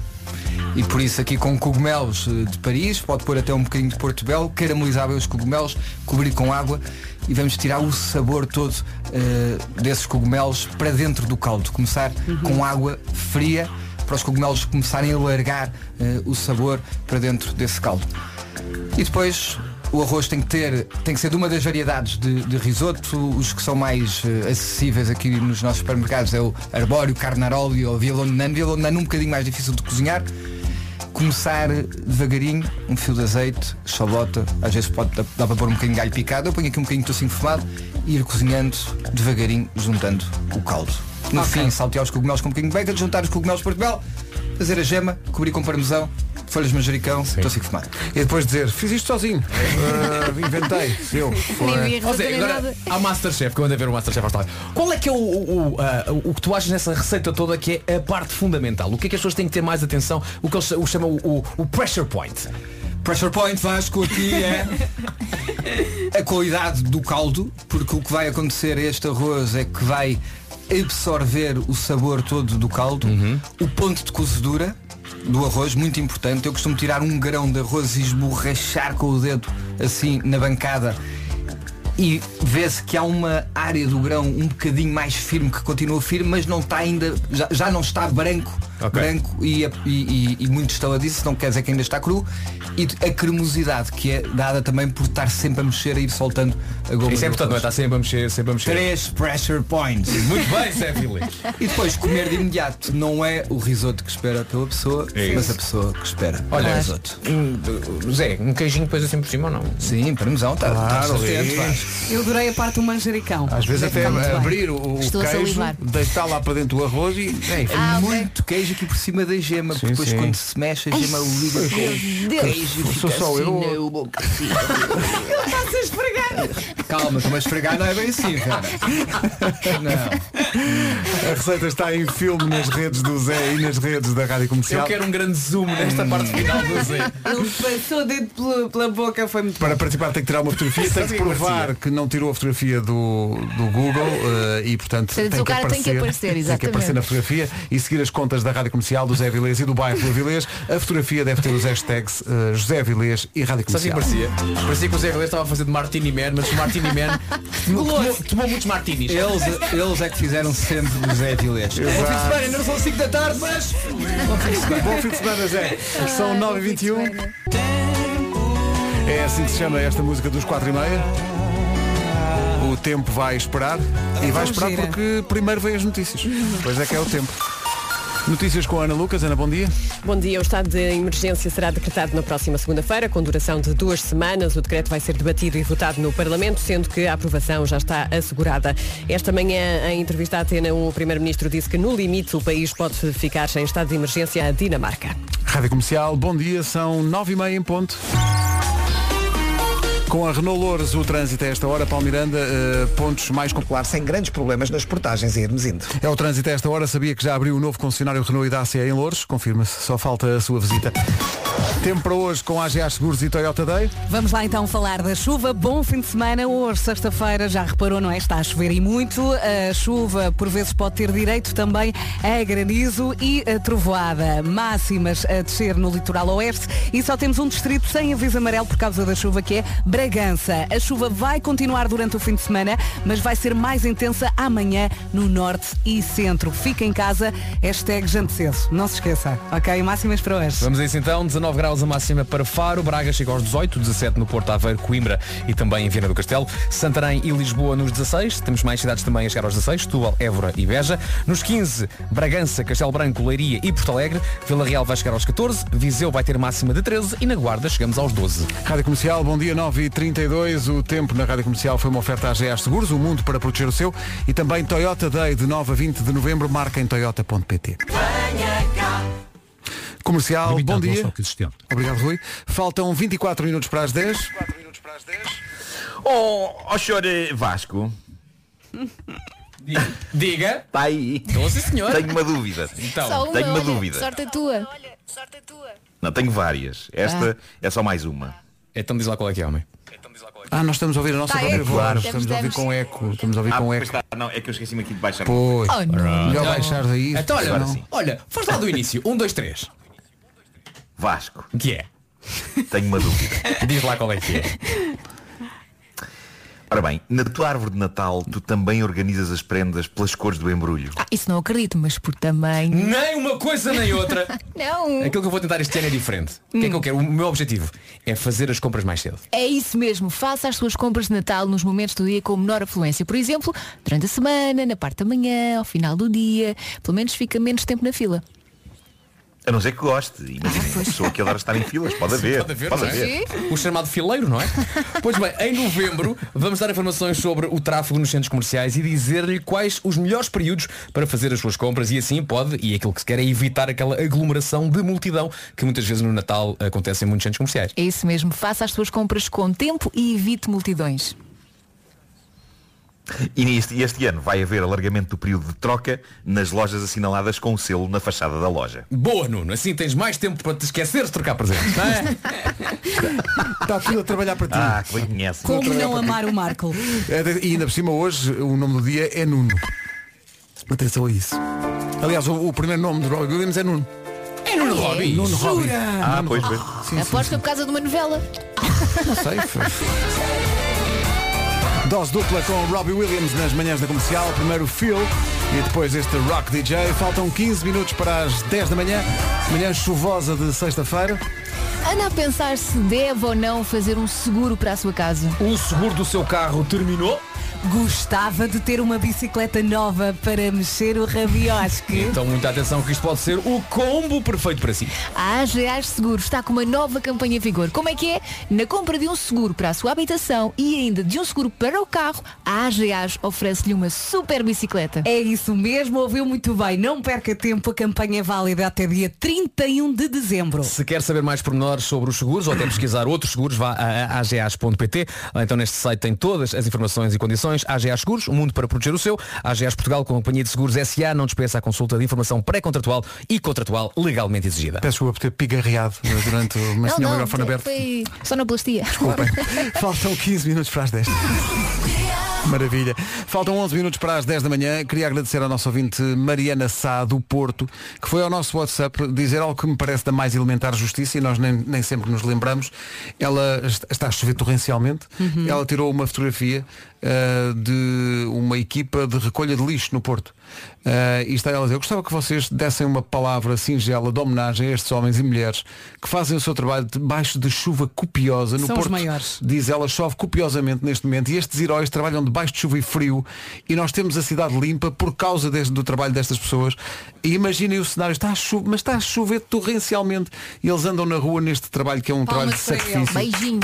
R: E por isso aqui com cogumelos eh, de Paris, pode pôr até um bocadinho de Porto Belo, caramelizar bem os cogumelos, cobrir com água e vamos tirar o sabor todo eh, desses cogumelos para dentro do caldo. Começar com água fria para os cogumelos começarem a largar eh, o sabor para dentro desse caldo. E depois o arroz tem que ter, tem que ser de uma das variedades de, de risoto. Os que são mais eh, acessíveis aqui nos nossos supermercados é o arbóreo, carnaroli ou violonano. Violonano um bocadinho mais difícil de cozinhar. Começar devagarinho, um fio de azeite, chalota, às vezes pode, dá, dá para pôr um bocadinho de alho picado, eu ponho aqui um bocadinho de tocinho fumado e ir cozinhando devagarinho, juntando o caldo. No
E: Ok.
R: fim, saltear os cogumelos com um bocadinho de bacon, juntar os cogumelos de Portugal, fazer a gema, cobrir com parmesão, folhas de manjericão, tocinho fumado.
A: E depois dizer, fiz isto sozinho. Ah, inventei. Eu.
I: Ou seja, agora há Masterchef, que eu ando a ver o Masterchef há bastante tempo. Qual é que é o, o, o, ah, o que tu achas nessa receita toda que é a parte fundamental? O que é que as pessoas têm que ter mais atenção? O que eles o chamam o, o pressure point.
R: Pressure point, Vasco, aqui é a qualidade do caldo, porque o que vai acontecer a este arroz é que vai absorver o sabor todo do caldo, o ponto de cozedura do arroz, muito importante. Eu costumo tirar um grão de arroz e esborrachar com o dedo assim na bancada e vê-se que há uma área do grão um bocadinho mais firme que continua firme, mas não está ainda, já, já não está branco, branco e, e, e, e muito estaladiço, não quer dizer que ainda está cru, e a cremosidade que é dada também por estar sempre a mexer e ir soltando a goma.
I: Isso é
R: do
I: importante, não é?
R: arroz.
I: Está sempre a mexer, sempre a mexer.
R: Três pressure points.
I: Muito bem, Zé Filipe.
R: E depois comer de imediato não é o risoto que espera pela pessoa,
I: É
R: mas
I: isso.
R: a pessoa que espera.
I: Olha,
R: pelo risoto.
I: um, Zé, um queijinho depois assim por cima ou não?
R: Sim, parmesão, tá está
I: Claro,
R: atento,
I: é.
R: Vasco.
E: Eu adorei a parte do manjericão.
A: Às vezes até abrir o, o
E: Estou a
A: queijo,
E: salivar.
A: deitar lá para dentro o arroz e. Ei,
R: Tem muito queijo aqui por cima da gema, porque depois
A: sim.
R: quando se mexe a gema liga
A: meu
R: com o
A: Deus.
R: queijo e
A: Sou
R: fica
A: só
R: assim
A: eu?
R: na boca. Calma, estou a esfregar, não é bem assim, cara.
A: A receita está em filme nas redes do Zé e nas redes da Rádio Comercial.
I: Eu quero um grande zoom nesta parte
R: Hum.
I: final do
A: é.
I: Zé.
E: Ele passou o dedo pela, pela boca, foi muito
A: Para participar tem que tirar uma fotografia, tem
I: é
A: que provar que não tirou a fotografia do, do Google eh, e portanto
H: Portanto,
A: tem
H: o
A: que,
H: cara tem
A: aparecer,
H: que aparecer,
A: tem que aparecer
H: exatamente.
A: na fotografia e seguir as contas da Rádio Comercial do Zé Vilês e do bairro do Vilês. A fotografia deve ter os hashtags eh, José Vilês e Rádio
I: Sabe o que
A: Comercial.
I: parecia? Parecia que o Zé Galeno estava a fazer de Martini Man, mas o Martini Man tomou, tomou- tomou muitos martinis.
R: Eles, eles é que fizeram sempre do Zé Vilés.
I: Exato.
R: ainda não são 5 da tarde, mas.
A: Bom fim de semana, Zé. São 9h21. É assim que se chama esta música dos 4 e meia. O tempo vai esperar e vai
R: tão
A: esperar
R: gira.
A: porque primeiro vem as notícias. Pois é que é o tempo. Notícias com a Ana Lucas. Ana, bom dia.
B: Bom dia. O estado de emergência será decretado na próxima segunda-feira, com duração de duas semanas. O decreto vai ser debatido e votado no Parlamento, sendo que a aprovação já está assegurada. Esta manhã, em entrevista à Atena 1, o Primeiro-Ministro disse que, no limite, o país pode ficar em estado de emergência à Dinamarca.
A: Rádio Comercial, bom dia, são 9h30 em ponto. Com a Renault Loures, o trânsito a esta hora, eh, Palmiranda,
R: Eh,
A: pontos mais
D: populares sem grandes problemas nas portagens e irmos indo.
A: É o trânsito a esta hora. Sabia que já abriu o novo concessionário Renault e Dacia em Louros. Confirma-se. Só falta a sua visita. Tempo para hoje com a AGA Seguros e Toyota Day.
E: Vamos lá então falar da chuva. Bom fim de semana. Hoje, sexta-feira, já reparou, não é? Está a chover e muito. A chuva, por vezes, pode ter direito também a granizo e a trovoada. Máximas a descer no litoral oeste. E só temos um distrito sem aviso amarelo por causa da chuva, que é Bragança. A chuva vai continuar durante o fim de semana, mas vai ser mais intensa amanhã no norte e centro. Fica em casa, hashtag jante cedo. Não se esqueça, ok? Máximas para hoje.
I: Vamos a isso então, 19 graus a máxima para Faro, Braga chega aos 18, 17 no Porto Aveiro, Coimbra e também em Viana do Castelo, Santarém e Lisboa nos 16, temos mais cidades também a chegar aos 16, Setúbal, Évora e Beja, nos 15, Bragança, Castelo Branco, Leiria e Porto Alegre, Vila Real vai chegar aos 14, Viseu vai ter máxima de 13 e na Guarda chegamos aos 12.
A: Rádio Comercial, bom dia 9h32. O tempo na Rádio Comercial foi uma oferta à GA Seguros, o mundo para proteger o seu. E também Toyota Day de 9 a 20 de novembro. Marca em toyota.pt. Comercial, bom dia. Obrigado, Rui. Faltam 24 minutos para as 10.
O: Oh, oh senhor eh, Vasco.
I: Diga.
O: Está aí.
I: Estou, sim, senhor. Então.
O: Tenho uma dúvida.
H: Só uma,
O: tenho uma
H: olha,
O: dúvida.
H: Sorte a tua.
O: Não, tenho várias. Esta é só mais uma.
I: Então diz lá qual é que é, homem.
A: Ah, nós estamos a ouvir a nossa
O: Tá
A: própria
O: eco.
A: voz.
O: Claro,
A: Estamos, a ouvir
O: estamos.
A: com eco. Estamos a ouvir
O: Ah,
A: com
O: pois
A: eco.
O: está. não, é que eu esqueci-me aqui de baixar.
A: Pois.
O: Oh, não.
A: Melhor
O: Não.
A: baixar daí.
O: Então, olha,
A: senão-
O: sim.
I: Olha, faz lá do início. 1, 2, 3.
O: Vasco.
I: Que é?
O: Tenho uma dúvida.
I: Diz lá qual é que é.
O: Ora bem, na tua árvore de Natal tu também organizas as prendas pelas cores do embrulho.
H: Ah, Isso não acredito, mas por tamanho.
I: Nem uma coisa nem outra.
H: não.
I: Aquilo que eu vou tentar este ano é diferente. O que é que eu quero? O meu objetivo é fazer as compras mais cedo.
H: É isso mesmo, faça as suas compras de Natal nos momentos do dia com menor afluência. Por exemplo, durante a semana, na parte da manhã, ao final do dia. Pelo menos fica menos tempo na fila.
O: A não ser que goste. Imagina, uma pessoa que adora estar em filas, pode haver.
I: Pode haver,
O: pode
I: não é?
O: haver.
I: O chamado fileiro, não é? Pois bem, em novembro vamos dar informações sobre o tráfego nos centros comerciais e dizer-lhe quais os melhores períodos para fazer as suas compras e assim pode, e aquilo que se quer é evitar aquela aglomeração de multidão que muitas vezes no Natal acontece em muitos centros comerciais.
H: É isso mesmo, faça as suas compras com tempo e evite multidões.
O: E neste, e este ano vai haver alargamento do período de troca nas lojas assinaladas com o selo na fachada da loja.
I: Boa, Nuno, assim tens mais tempo para te esquecer de trocar presentes. não é?
A: Está tudo a trabalhar para ti.
O: Ah, que bem conhece.
E: Como não é amar o Marco?
A: É, de- E ainda por cima hoje o nome do dia é Nuno. Atenção a isso. Aliás, o, o primeiro nome do Robbie Williams é Nuno.
H: É Nuno Robbins?
A: Nuno
H: Jura?
A: Robbie.
H: Ah,
A: Nuno
H: pois,
A: Robbie. Sim, sim,
H: Aposto que é por causa de uma novela.
A: Não sei. sim. Dose dupla com Robbie Williams nas manhãs da comercial. Primeiro Phil e depois este Rock DJ. Faltam 15 minutos para as 10 da manhã. Manhã chuvosa de sexta-feira.
H: Anda a pensar se deve ou não fazer um seguro para a sua casa.
R: Um
I: O seguro do seu carro terminou?
E: Gostava de ter uma bicicleta nova para mexer o rabiosque.
I: Então muita atenção que isto pode ser o combo perfeito para si.
H: A AGAs Seguros está com uma nova campanha em vigor. Como é que é? Na compra de um seguro para a sua habitação e ainda de um seguro para o carro, a AGAs oferece-lhe uma super bicicleta.
E: É isso mesmo, ouviu muito bem. Não perca tempo, a campanha é válida até dia 31 de dezembro.
I: Se quer saber mais pormenores sobre os seguros ou até pesquisar outros seguros, vá a agas.pt. Ou Então neste site tem todas as informações e condições. AGAs Seguros, o mundo para proteger o seu. AGAs Portugal, com a companhia de seguros SA, não dispensa a consulta de informação pré-contratual e contratual legalmente exigida.
A: Peço desculpa por ter pigarreado eh, durante o mas tinha o microfone aberto.
H: foi sonoplastia.
A: Desculpem. Faltam 15 minutos para as 10. Maravilha. Faltam 11 minutos para as 10 da manhã. Queria agradecer à nossa ouvinte Mariana Sá, do Porto, que foi ao nosso WhatsApp dizer algo que me parece da mais elementar justiça e nós nem, nem sempre nos lembramos. Ela est- está a chover torrencialmente.
S: Uhum.
A: Ela tirou uma fotografia ah, de uma equipa de recolha de lixo no Porto. Ah, e está ela a dizer, eu gostava que vocês dessem uma palavra singela de homenagem a estes homens e mulheres que fazem o seu trabalho debaixo de chuva copiosa no
E: São os
A: Porto.
E: maiores.
A: Diz ela, chove copiosamente neste momento e estes heróis trabalham debaixo de chuva e frio e nós temos a cidade limpa por causa deste- do trabalho destas pessoas. E imaginem o cenário, está a chover, mas está a chover torrencialmente e eles andam na rua neste trabalho que é um trabalho de sacrifício. É verdade, sim,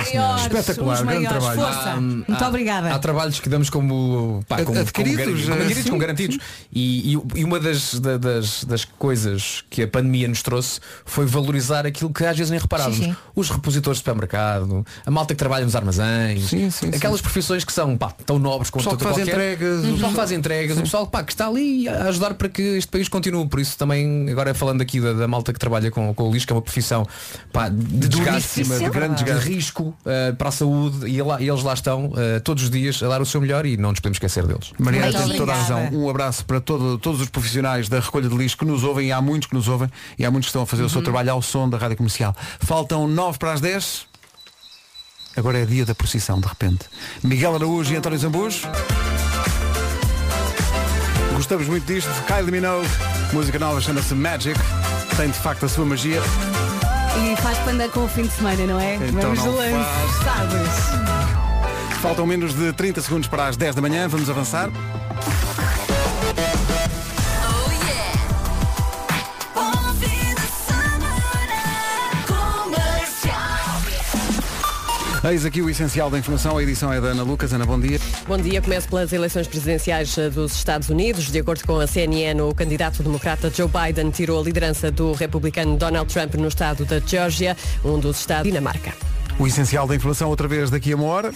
A: Hum, senhora. Espetacular, grande trabalho.
E: Muito obrigada.
I: Há trabalhos que damos como, pá, como,
A: Adquiridos,
I: como,
A: é,
I: garantidos, como, garantidos,
A: sim,
I: como garantidos. E, e- e uma das, da- das, das coisas que a pandemia nos trouxe foi valorizar aquilo que às vezes nem reparávamos.
M: Sim, sim.
I: Os repositores de supermercado, a malta que trabalha nos armazéns, aquelas profissões que são pá, tão nobres como
A: pessoal que
I: outra
A: faz
I: qualquer.
L: Uhum.
A: entregas, o
I: o pessoal que
A: pessoal-
I: faz entregas, o pessoal pá, que está ali a ajudar para que este país continue. Por isso também, agora falando aqui da, da malta que trabalha com, com o lixo, que é uma profissão pá, de desgaste,
A: Duríssima, de grande desgaste.
I: risco eh, para a saúde e, lá- e eles lá estão eh, todos os dias a dar o seu melhor e não nos podemos esquecer deles.
A: Mariana tens toda a razão. Um abraço para todo- todos os profissionais da recolha de lixo que nos ouvem e há muitos que nos ouvem e há muitos que estão a fazer o seu trabalho ao som da rádio comercial. Faltam 9 para as 10. agora é dia da procissão, de repente. Miguel Araújo e António Zambujo. Gostamos muito disto. Kylie Minogue, música nova, chama-se Magic. Tem de facto a sua magia.
E: E faz para andar com o fim de semana, não é?
A: Então
E: Vamos É de
A: não
E: lance, sabes?
A: Faltam menos de 30 segundos para as 10 da manhã. Vamos avançar. Eis aqui o essencial da informação. A edição é da Ana Lucas. Ana, bom dia.
B: Bom dia, começo pelas eleições presidenciais eh, dos Estados Unidos. De acordo com a CNN, o candidato democrata Joe Biden tirou a liderança do republicano Donald Trump no estado da Geórgia, um dos estados da Dinamarca.
A: O essencial da informação outra vez daqui a uma hora.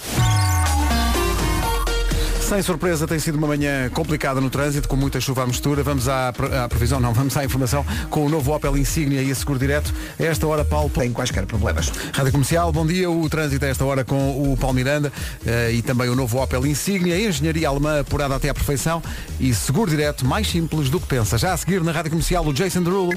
A: Sem surpresa, tem sido uma manhã complicada no trânsito, com muita chuva à mistura. Vamos à, pre- à previsão, não, vamos à informação com o novo Opel Insignia e a Seguro Direto. A esta hora, Paulo... Tem quaisquer problemas. Rádio Comercial, bom dia. O trânsito a esta hora com o Paulo Miranda eh, e também o novo Opel Insignia, engenharia alemã apurada até à perfeição e Seguro Direto mais simples do que pensa. Já a seguir na Rádio Comercial, o Jason Derulo.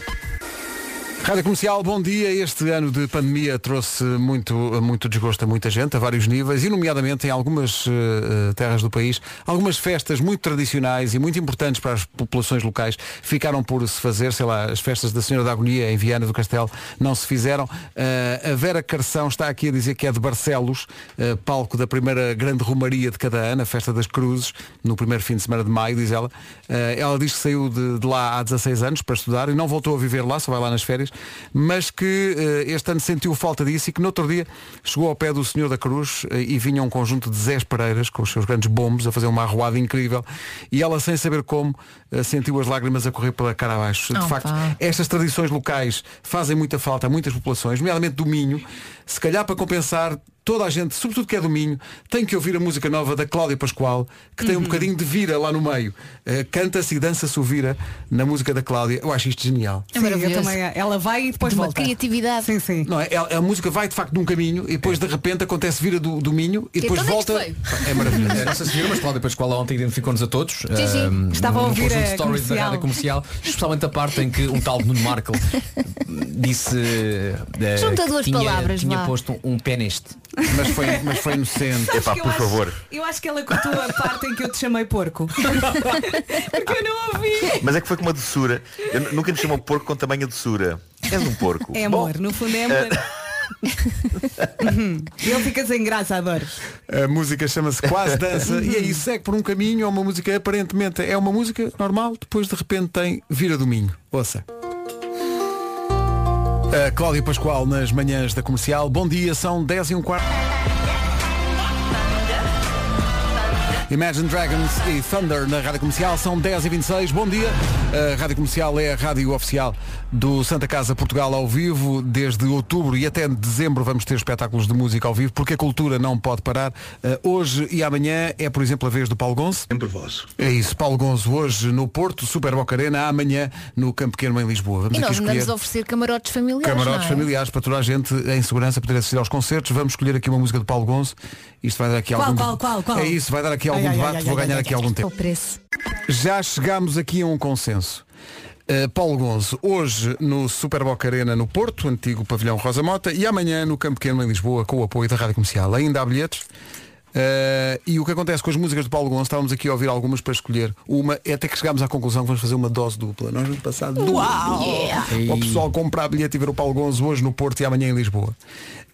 A: Rádio Comercial, bom dia. Este ano de pandemia trouxe muito, muito desgosto a muita gente, a vários níveis, e nomeadamente em algumas eh, eh, terras do país, algumas festas muito tradicionais e muito importantes para as populações locais ficaram por se fazer, sei lá, as festas da Senhora da Agonia em Viana do Castelo não se fizeram. Eh, a Vera Carção está aqui a dizer que é de Barcelos, eh, palco da primeira grande romaria de cada ano, a Festa das Cruzes, no primeiro fim de semana de maio, diz ela. Eh, ela diz que saiu de, de lá há 16 anos para estudar e não voltou a viver lá, só vai lá nas férias, mas que eh, este ano sentiu falta disso e que no outro dia chegou ao pé do Senhor da Cruz eh, e vinha um conjunto de Zés Pereiras com os seus grandes bombos a fazer uma arruada incrível e ela, sem saber como, eh, sentiu as lágrimas a correr pela cara abaixo. De
S: Oh,
A: facto,
S: pá.
A: estas tradições locais fazem muita falta a muitas populações, nomeadamente do Minho. Se calhar para compensar, toda a gente, sobretudo que é do Minho, tem que ouvir a música nova da Cláudia Pascoal, que tem um
H: Uhum.
A: bocadinho de vira lá no meio. Eh, Canta-se e dança-se o vira na música da Cláudia. Eu acho isto genial.
H: É
E: Sim, eu também. Ela vai e depois
H: De uma
E: volta.
H: criatividade.
E: Sim, sim.
A: Não, é, a, a música vai de facto num caminho e depois de repente acontece vira do, do Minho e
H: É. Então
A: depois
H: onde é que isto
A: volta.
H: foi?
A: É maravilhoso.
I: Não sei se viram, Uh, mas Cláudia Pascoal ontem identificou-nos a todos.
H: sim.
I: ahm,
H: Estava a
I: num
H: ouvir a
I: conjunto de stories da
H: comercial.
I: rádio comercial, especialmente a parte em que um tal Nuno Markle disse. eh,
H: Junta
I: que
H: duas
I: tinha,
H: palavras,
I: Tinha
H: vá.
I: posto um pé neste.
A: Mas foi, mas foi inocente.
E: Sabes que eu acho- Eu acho que ela cortou a parte em que eu te chamei porco. Porque eu não ouvi.
O: Mas é que foi com uma doçura. Eu nu- nunca me chamou porco com tamanha doçura. És um porco. Ah,
E: É amor, no fundo é amor. Uhum.
A: eh,
E: Ele fica sem graça, adoro.
A: A música chama-se Quase Dança e aí segue por um caminho, é uma música aparentemente é uma música normal, depois de repente tem Vira do Minho. Ouça. A Cláudia Pascoal nas manhãs da comercial. Bom dia, são 10 e um quarto. Imagine Dragons e Thunder na Rádio Comercial são 10h26. Bom dia. A Rádio Comercial é a rádio oficial do Santa Casa Portugal ao vivo. Desde outubro e até dezembro vamos ter espetáculos de música ao vivo porque a cultura não pode parar. Eh, Hoje e amanhã é, por exemplo, a vez do Paulo Gonço. Sempre vosso. É isso. Paulo Gonço hoje no Porto, Super Boca Arena, amanhã no Campo Pequeno em Lisboa. Vamos
H: E
A: aqui
H: nós
A: escolher
H: andamos a oferecer camarotes familiares.
A: camarotes
H: não é?
A: familiares para toda a gente em segurança poder assistir aos concertos. Vamos escolher aqui uma música do Paulo Gonço. Isto vai dar aqui
H: Qual,
A: algum
H: qual, qual, qual?
A: É isso, vai dar aqui
H: Ai,
A: algum
H: ai,
A: debate,
H: ai,
A: vou
H: ai,
A: ganhar
H: ai,
A: aqui
H: ai,
A: algum
H: ai.
A: tempo.
H: O preço.
A: Já chegámos aqui a um consenso. Uh, Paulo Gonzo, hoje no Super Boca Arena no Porto, antigo pavilhão Rosa Mota, e amanhã no Campo Pequeno em Lisboa, com o apoio da Rádio Comercial. Ainda há bilhetes. Uh, e o que acontece com as músicas de Paulo Gonzo, estávamos aqui a ouvir algumas para escolher. Uma, é até que chegámos à conclusão que vamos fazer uma dose dupla. Nós vamos passar duas.
L: Uau!
A: Yeah. Ao pessoal comprar bilhete e ver o Paulo Gonzo hoje no Porto e amanhã em Lisboa.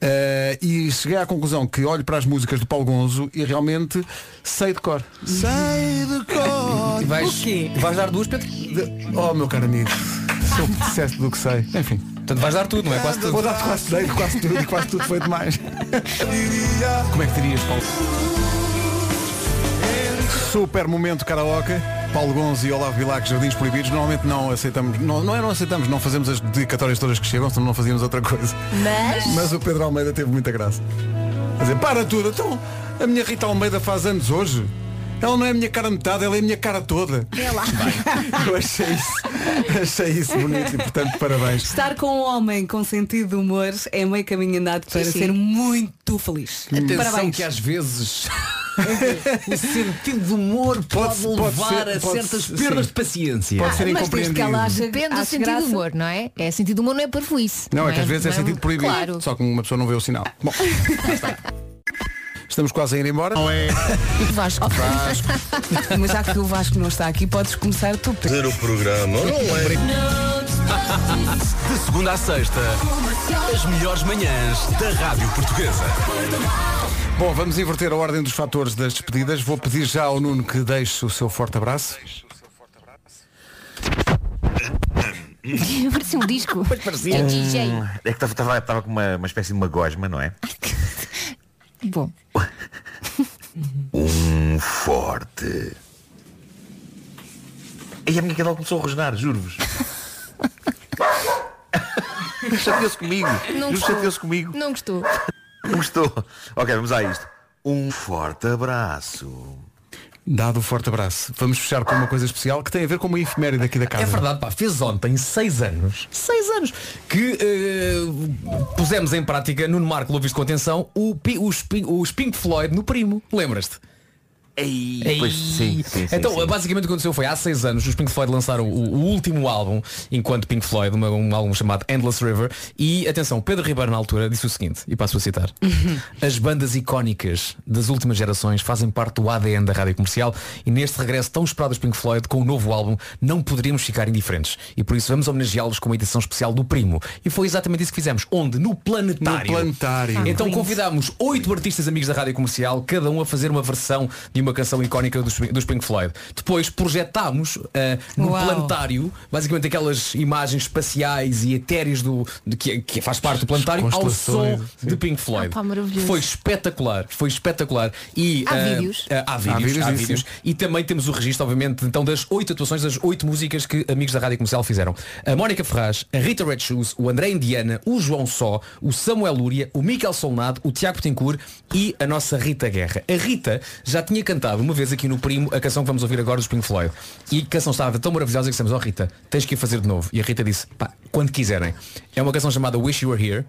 A: Uh, e cheguei à conclusão que olho para as músicas do Paulo Gonzo e realmente sei de cor. Sei de cor.
I: E vais- O quê? vais dar duas, Pedro?
A: Oh, meu caro amigo, se eu te dissesse do que sei. Enfim.
I: Portanto, vais dar tudo, não é? Quase tudo.
A: Vou dar quase tudo, quase tudo e quase tudo foi demais. Como é que dirias, Paulo? Super momento karaoke. Paulo Gonzo e Olavo Bilac, Jardins Proibidos. Normalmente não aceitamos, não, não é não aceitamos, não fazemos as dedicatórias todas que chegam, senão não fazíamos outra coisa.
L: Mas-
A: o Pedro Almeida teve muita graça. A dizer, para tudo, então a minha Rita Almeida faz anos hoje. Ela não é a minha cara metade, ela é a minha cara toda.
H: É lá.
A: Eu achei isso, achei isso bonito e portanto parabéns.
E: Estar com um homem com sentido de humor é meio caminho andado para
I: sim.
E: ser muito feliz.
I: Atenção
E: Parabéns.
I: que às vezes o sentido de humor pode,
E: Pode- pode
I: levar
E: ser- pode-
I: a certas
E: sim.
I: perdas de paciência.
A: Pode ser
H: Ah, Mas desde que ela acha, depende do
E: acha
H: sentido
E: graça.
H: do humor, não é? É sentido do humor, não Ah. é parvoíce.
A: Não, é que às vezes é
H: não
A: sentido proibido.
H: Claro.
A: Só que uma pessoa não vê o sinal. Bom. Estamos quase a ir embora. Não é?
E: Vasco. Mas já que o Vasco não está aqui, podes começar tu. Pedro.
N: Fazer o programa, não é.
L: De segunda à sexta, as melhores manhãs da Rádio Portuguesa.
A: Bom, vamos inverter a ordem dos fatores das despedidas. Vou pedir já ao Nuno que deixe o seu forte abraço.
H: Parecia um disco. Pois
O: Sim.
A: Ah.
O: É que estava com uma, uma espécie de uma gosma, não é?
H: Bom,
O: Um forte. E a minha cadela começou a rosnar, juro-vos. Chateou-se comigo.
H: não
O: Juro,
H: gostou.
O: Chateou-se comigo.
H: Não gostou.
O: Não gostou. Ok, vamos a isto. Um forte abraço.
A: Dado o forte abraço, vamos fechar com uma coisa especial que tem a ver com uma efeméride aqui da casa.
I: É verdade, pá, fez ontem seis anos, seis anos, que eh, pusemos em prática, Nuno Marco Luís Contenção, o, pi, os, pi- os Pink Floyd no primo, lembras-te? Ei.
O: pois, sim, sim, sim,
I: então,
O: sim.
I: basicamente o que aconteceu foi há seis anos os Pink Floyd lançaram o, o último álbum enquanto Pink Floyd, uma- um álbum chamado Endless River. E atenção, Pedro Ribeiro na altura disse o seguinte, e passo a citar: As bandas icónicas das últimas gerações fazem parte do ADN da rádio comercial e neste regresso tão esperado dos Pink Floyd com o novo álbum não poderíamos ficar indiferentes. E por isso vamos homenageá-los com uma edição especial do Primo. E foi exatamente isso que fizemos, onde? No Planetário.
A: No Planetário. Ah,
I: Então
A: lindo.
I: convidámos oito artistas amigos da rádio comercial, cada um a fazer uma versão de uma canção icónica dos, dos Pink Floyd. Depois projetámos ah, no
L: Uau.
I: Planetário, basicamente aquelas imagens espaciais e etéreas do, de que, que faz parte do Planetário, ao som
L: constelações,
I: de Pink Floyd.
L: Ah, pá, maravilhoso.
I: Foi espetacular, foi espetacular. E,
L: Há
I: ah,
L: vídeos?
I: ah, há vídeos, há vídeos,
L: sim, sim.
I: E também temos o registro, obviamente, então das oito atuações, das oito músicas que amigos da Rádio Comercial fizeram. A Mónica Ferraz, a Rita Red Shoes, o André Indiana, o João Só, o Samuel Lúria, o Miquel Solnado, o Tiago Tencour e a nossa Rita Guerra. A Rita já tinha cantado uma vez aqui no Primo a canção que vamos ouvir agora do Pink Floyd. E a canção estava tão maravilhosa que dissemos, ó Rita, tens que ir fazer de novo. E a Rita disse, pá, quando quiserem. É uma canção chamada Wish You Were Here.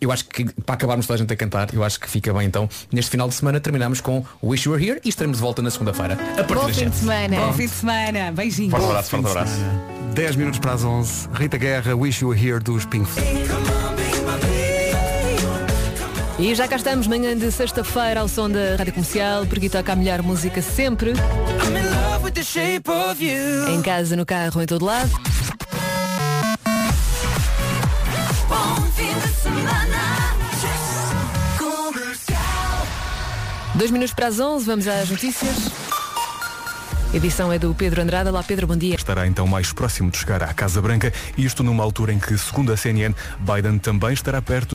I: Eu acho que para acabarmos toda a gente a cantar, eu acho que fica bem então. Neste final de semana terminamos com Wish You Were Here e estaremos de volta na segunda-feira. A partir
E: Bom
I: das
E: fim de
I: sete.
E: semana. Bom
I: Pronto.
E: fim de semana. Beijinho.
I: Forte abraço, forte abraço.
A: 10 minutos para as 11. Rita Guerra, Wish You Were Here dos Pink Floyd.
S: E já cá estamos, manhã de sexta-feira, ao som da Rádio Comercial, porque toca a melhor música sempre. Em casa, no carro, em todo lado. Dois minutos para as 11, vamos às notícias. A edição é do Pedro Andrada. Lá, Pedro, bom dia.
T: Estará então mais próximo de chegar à Casa Branca, isto numa altura em que, segundo a CNN, Biden também estará perto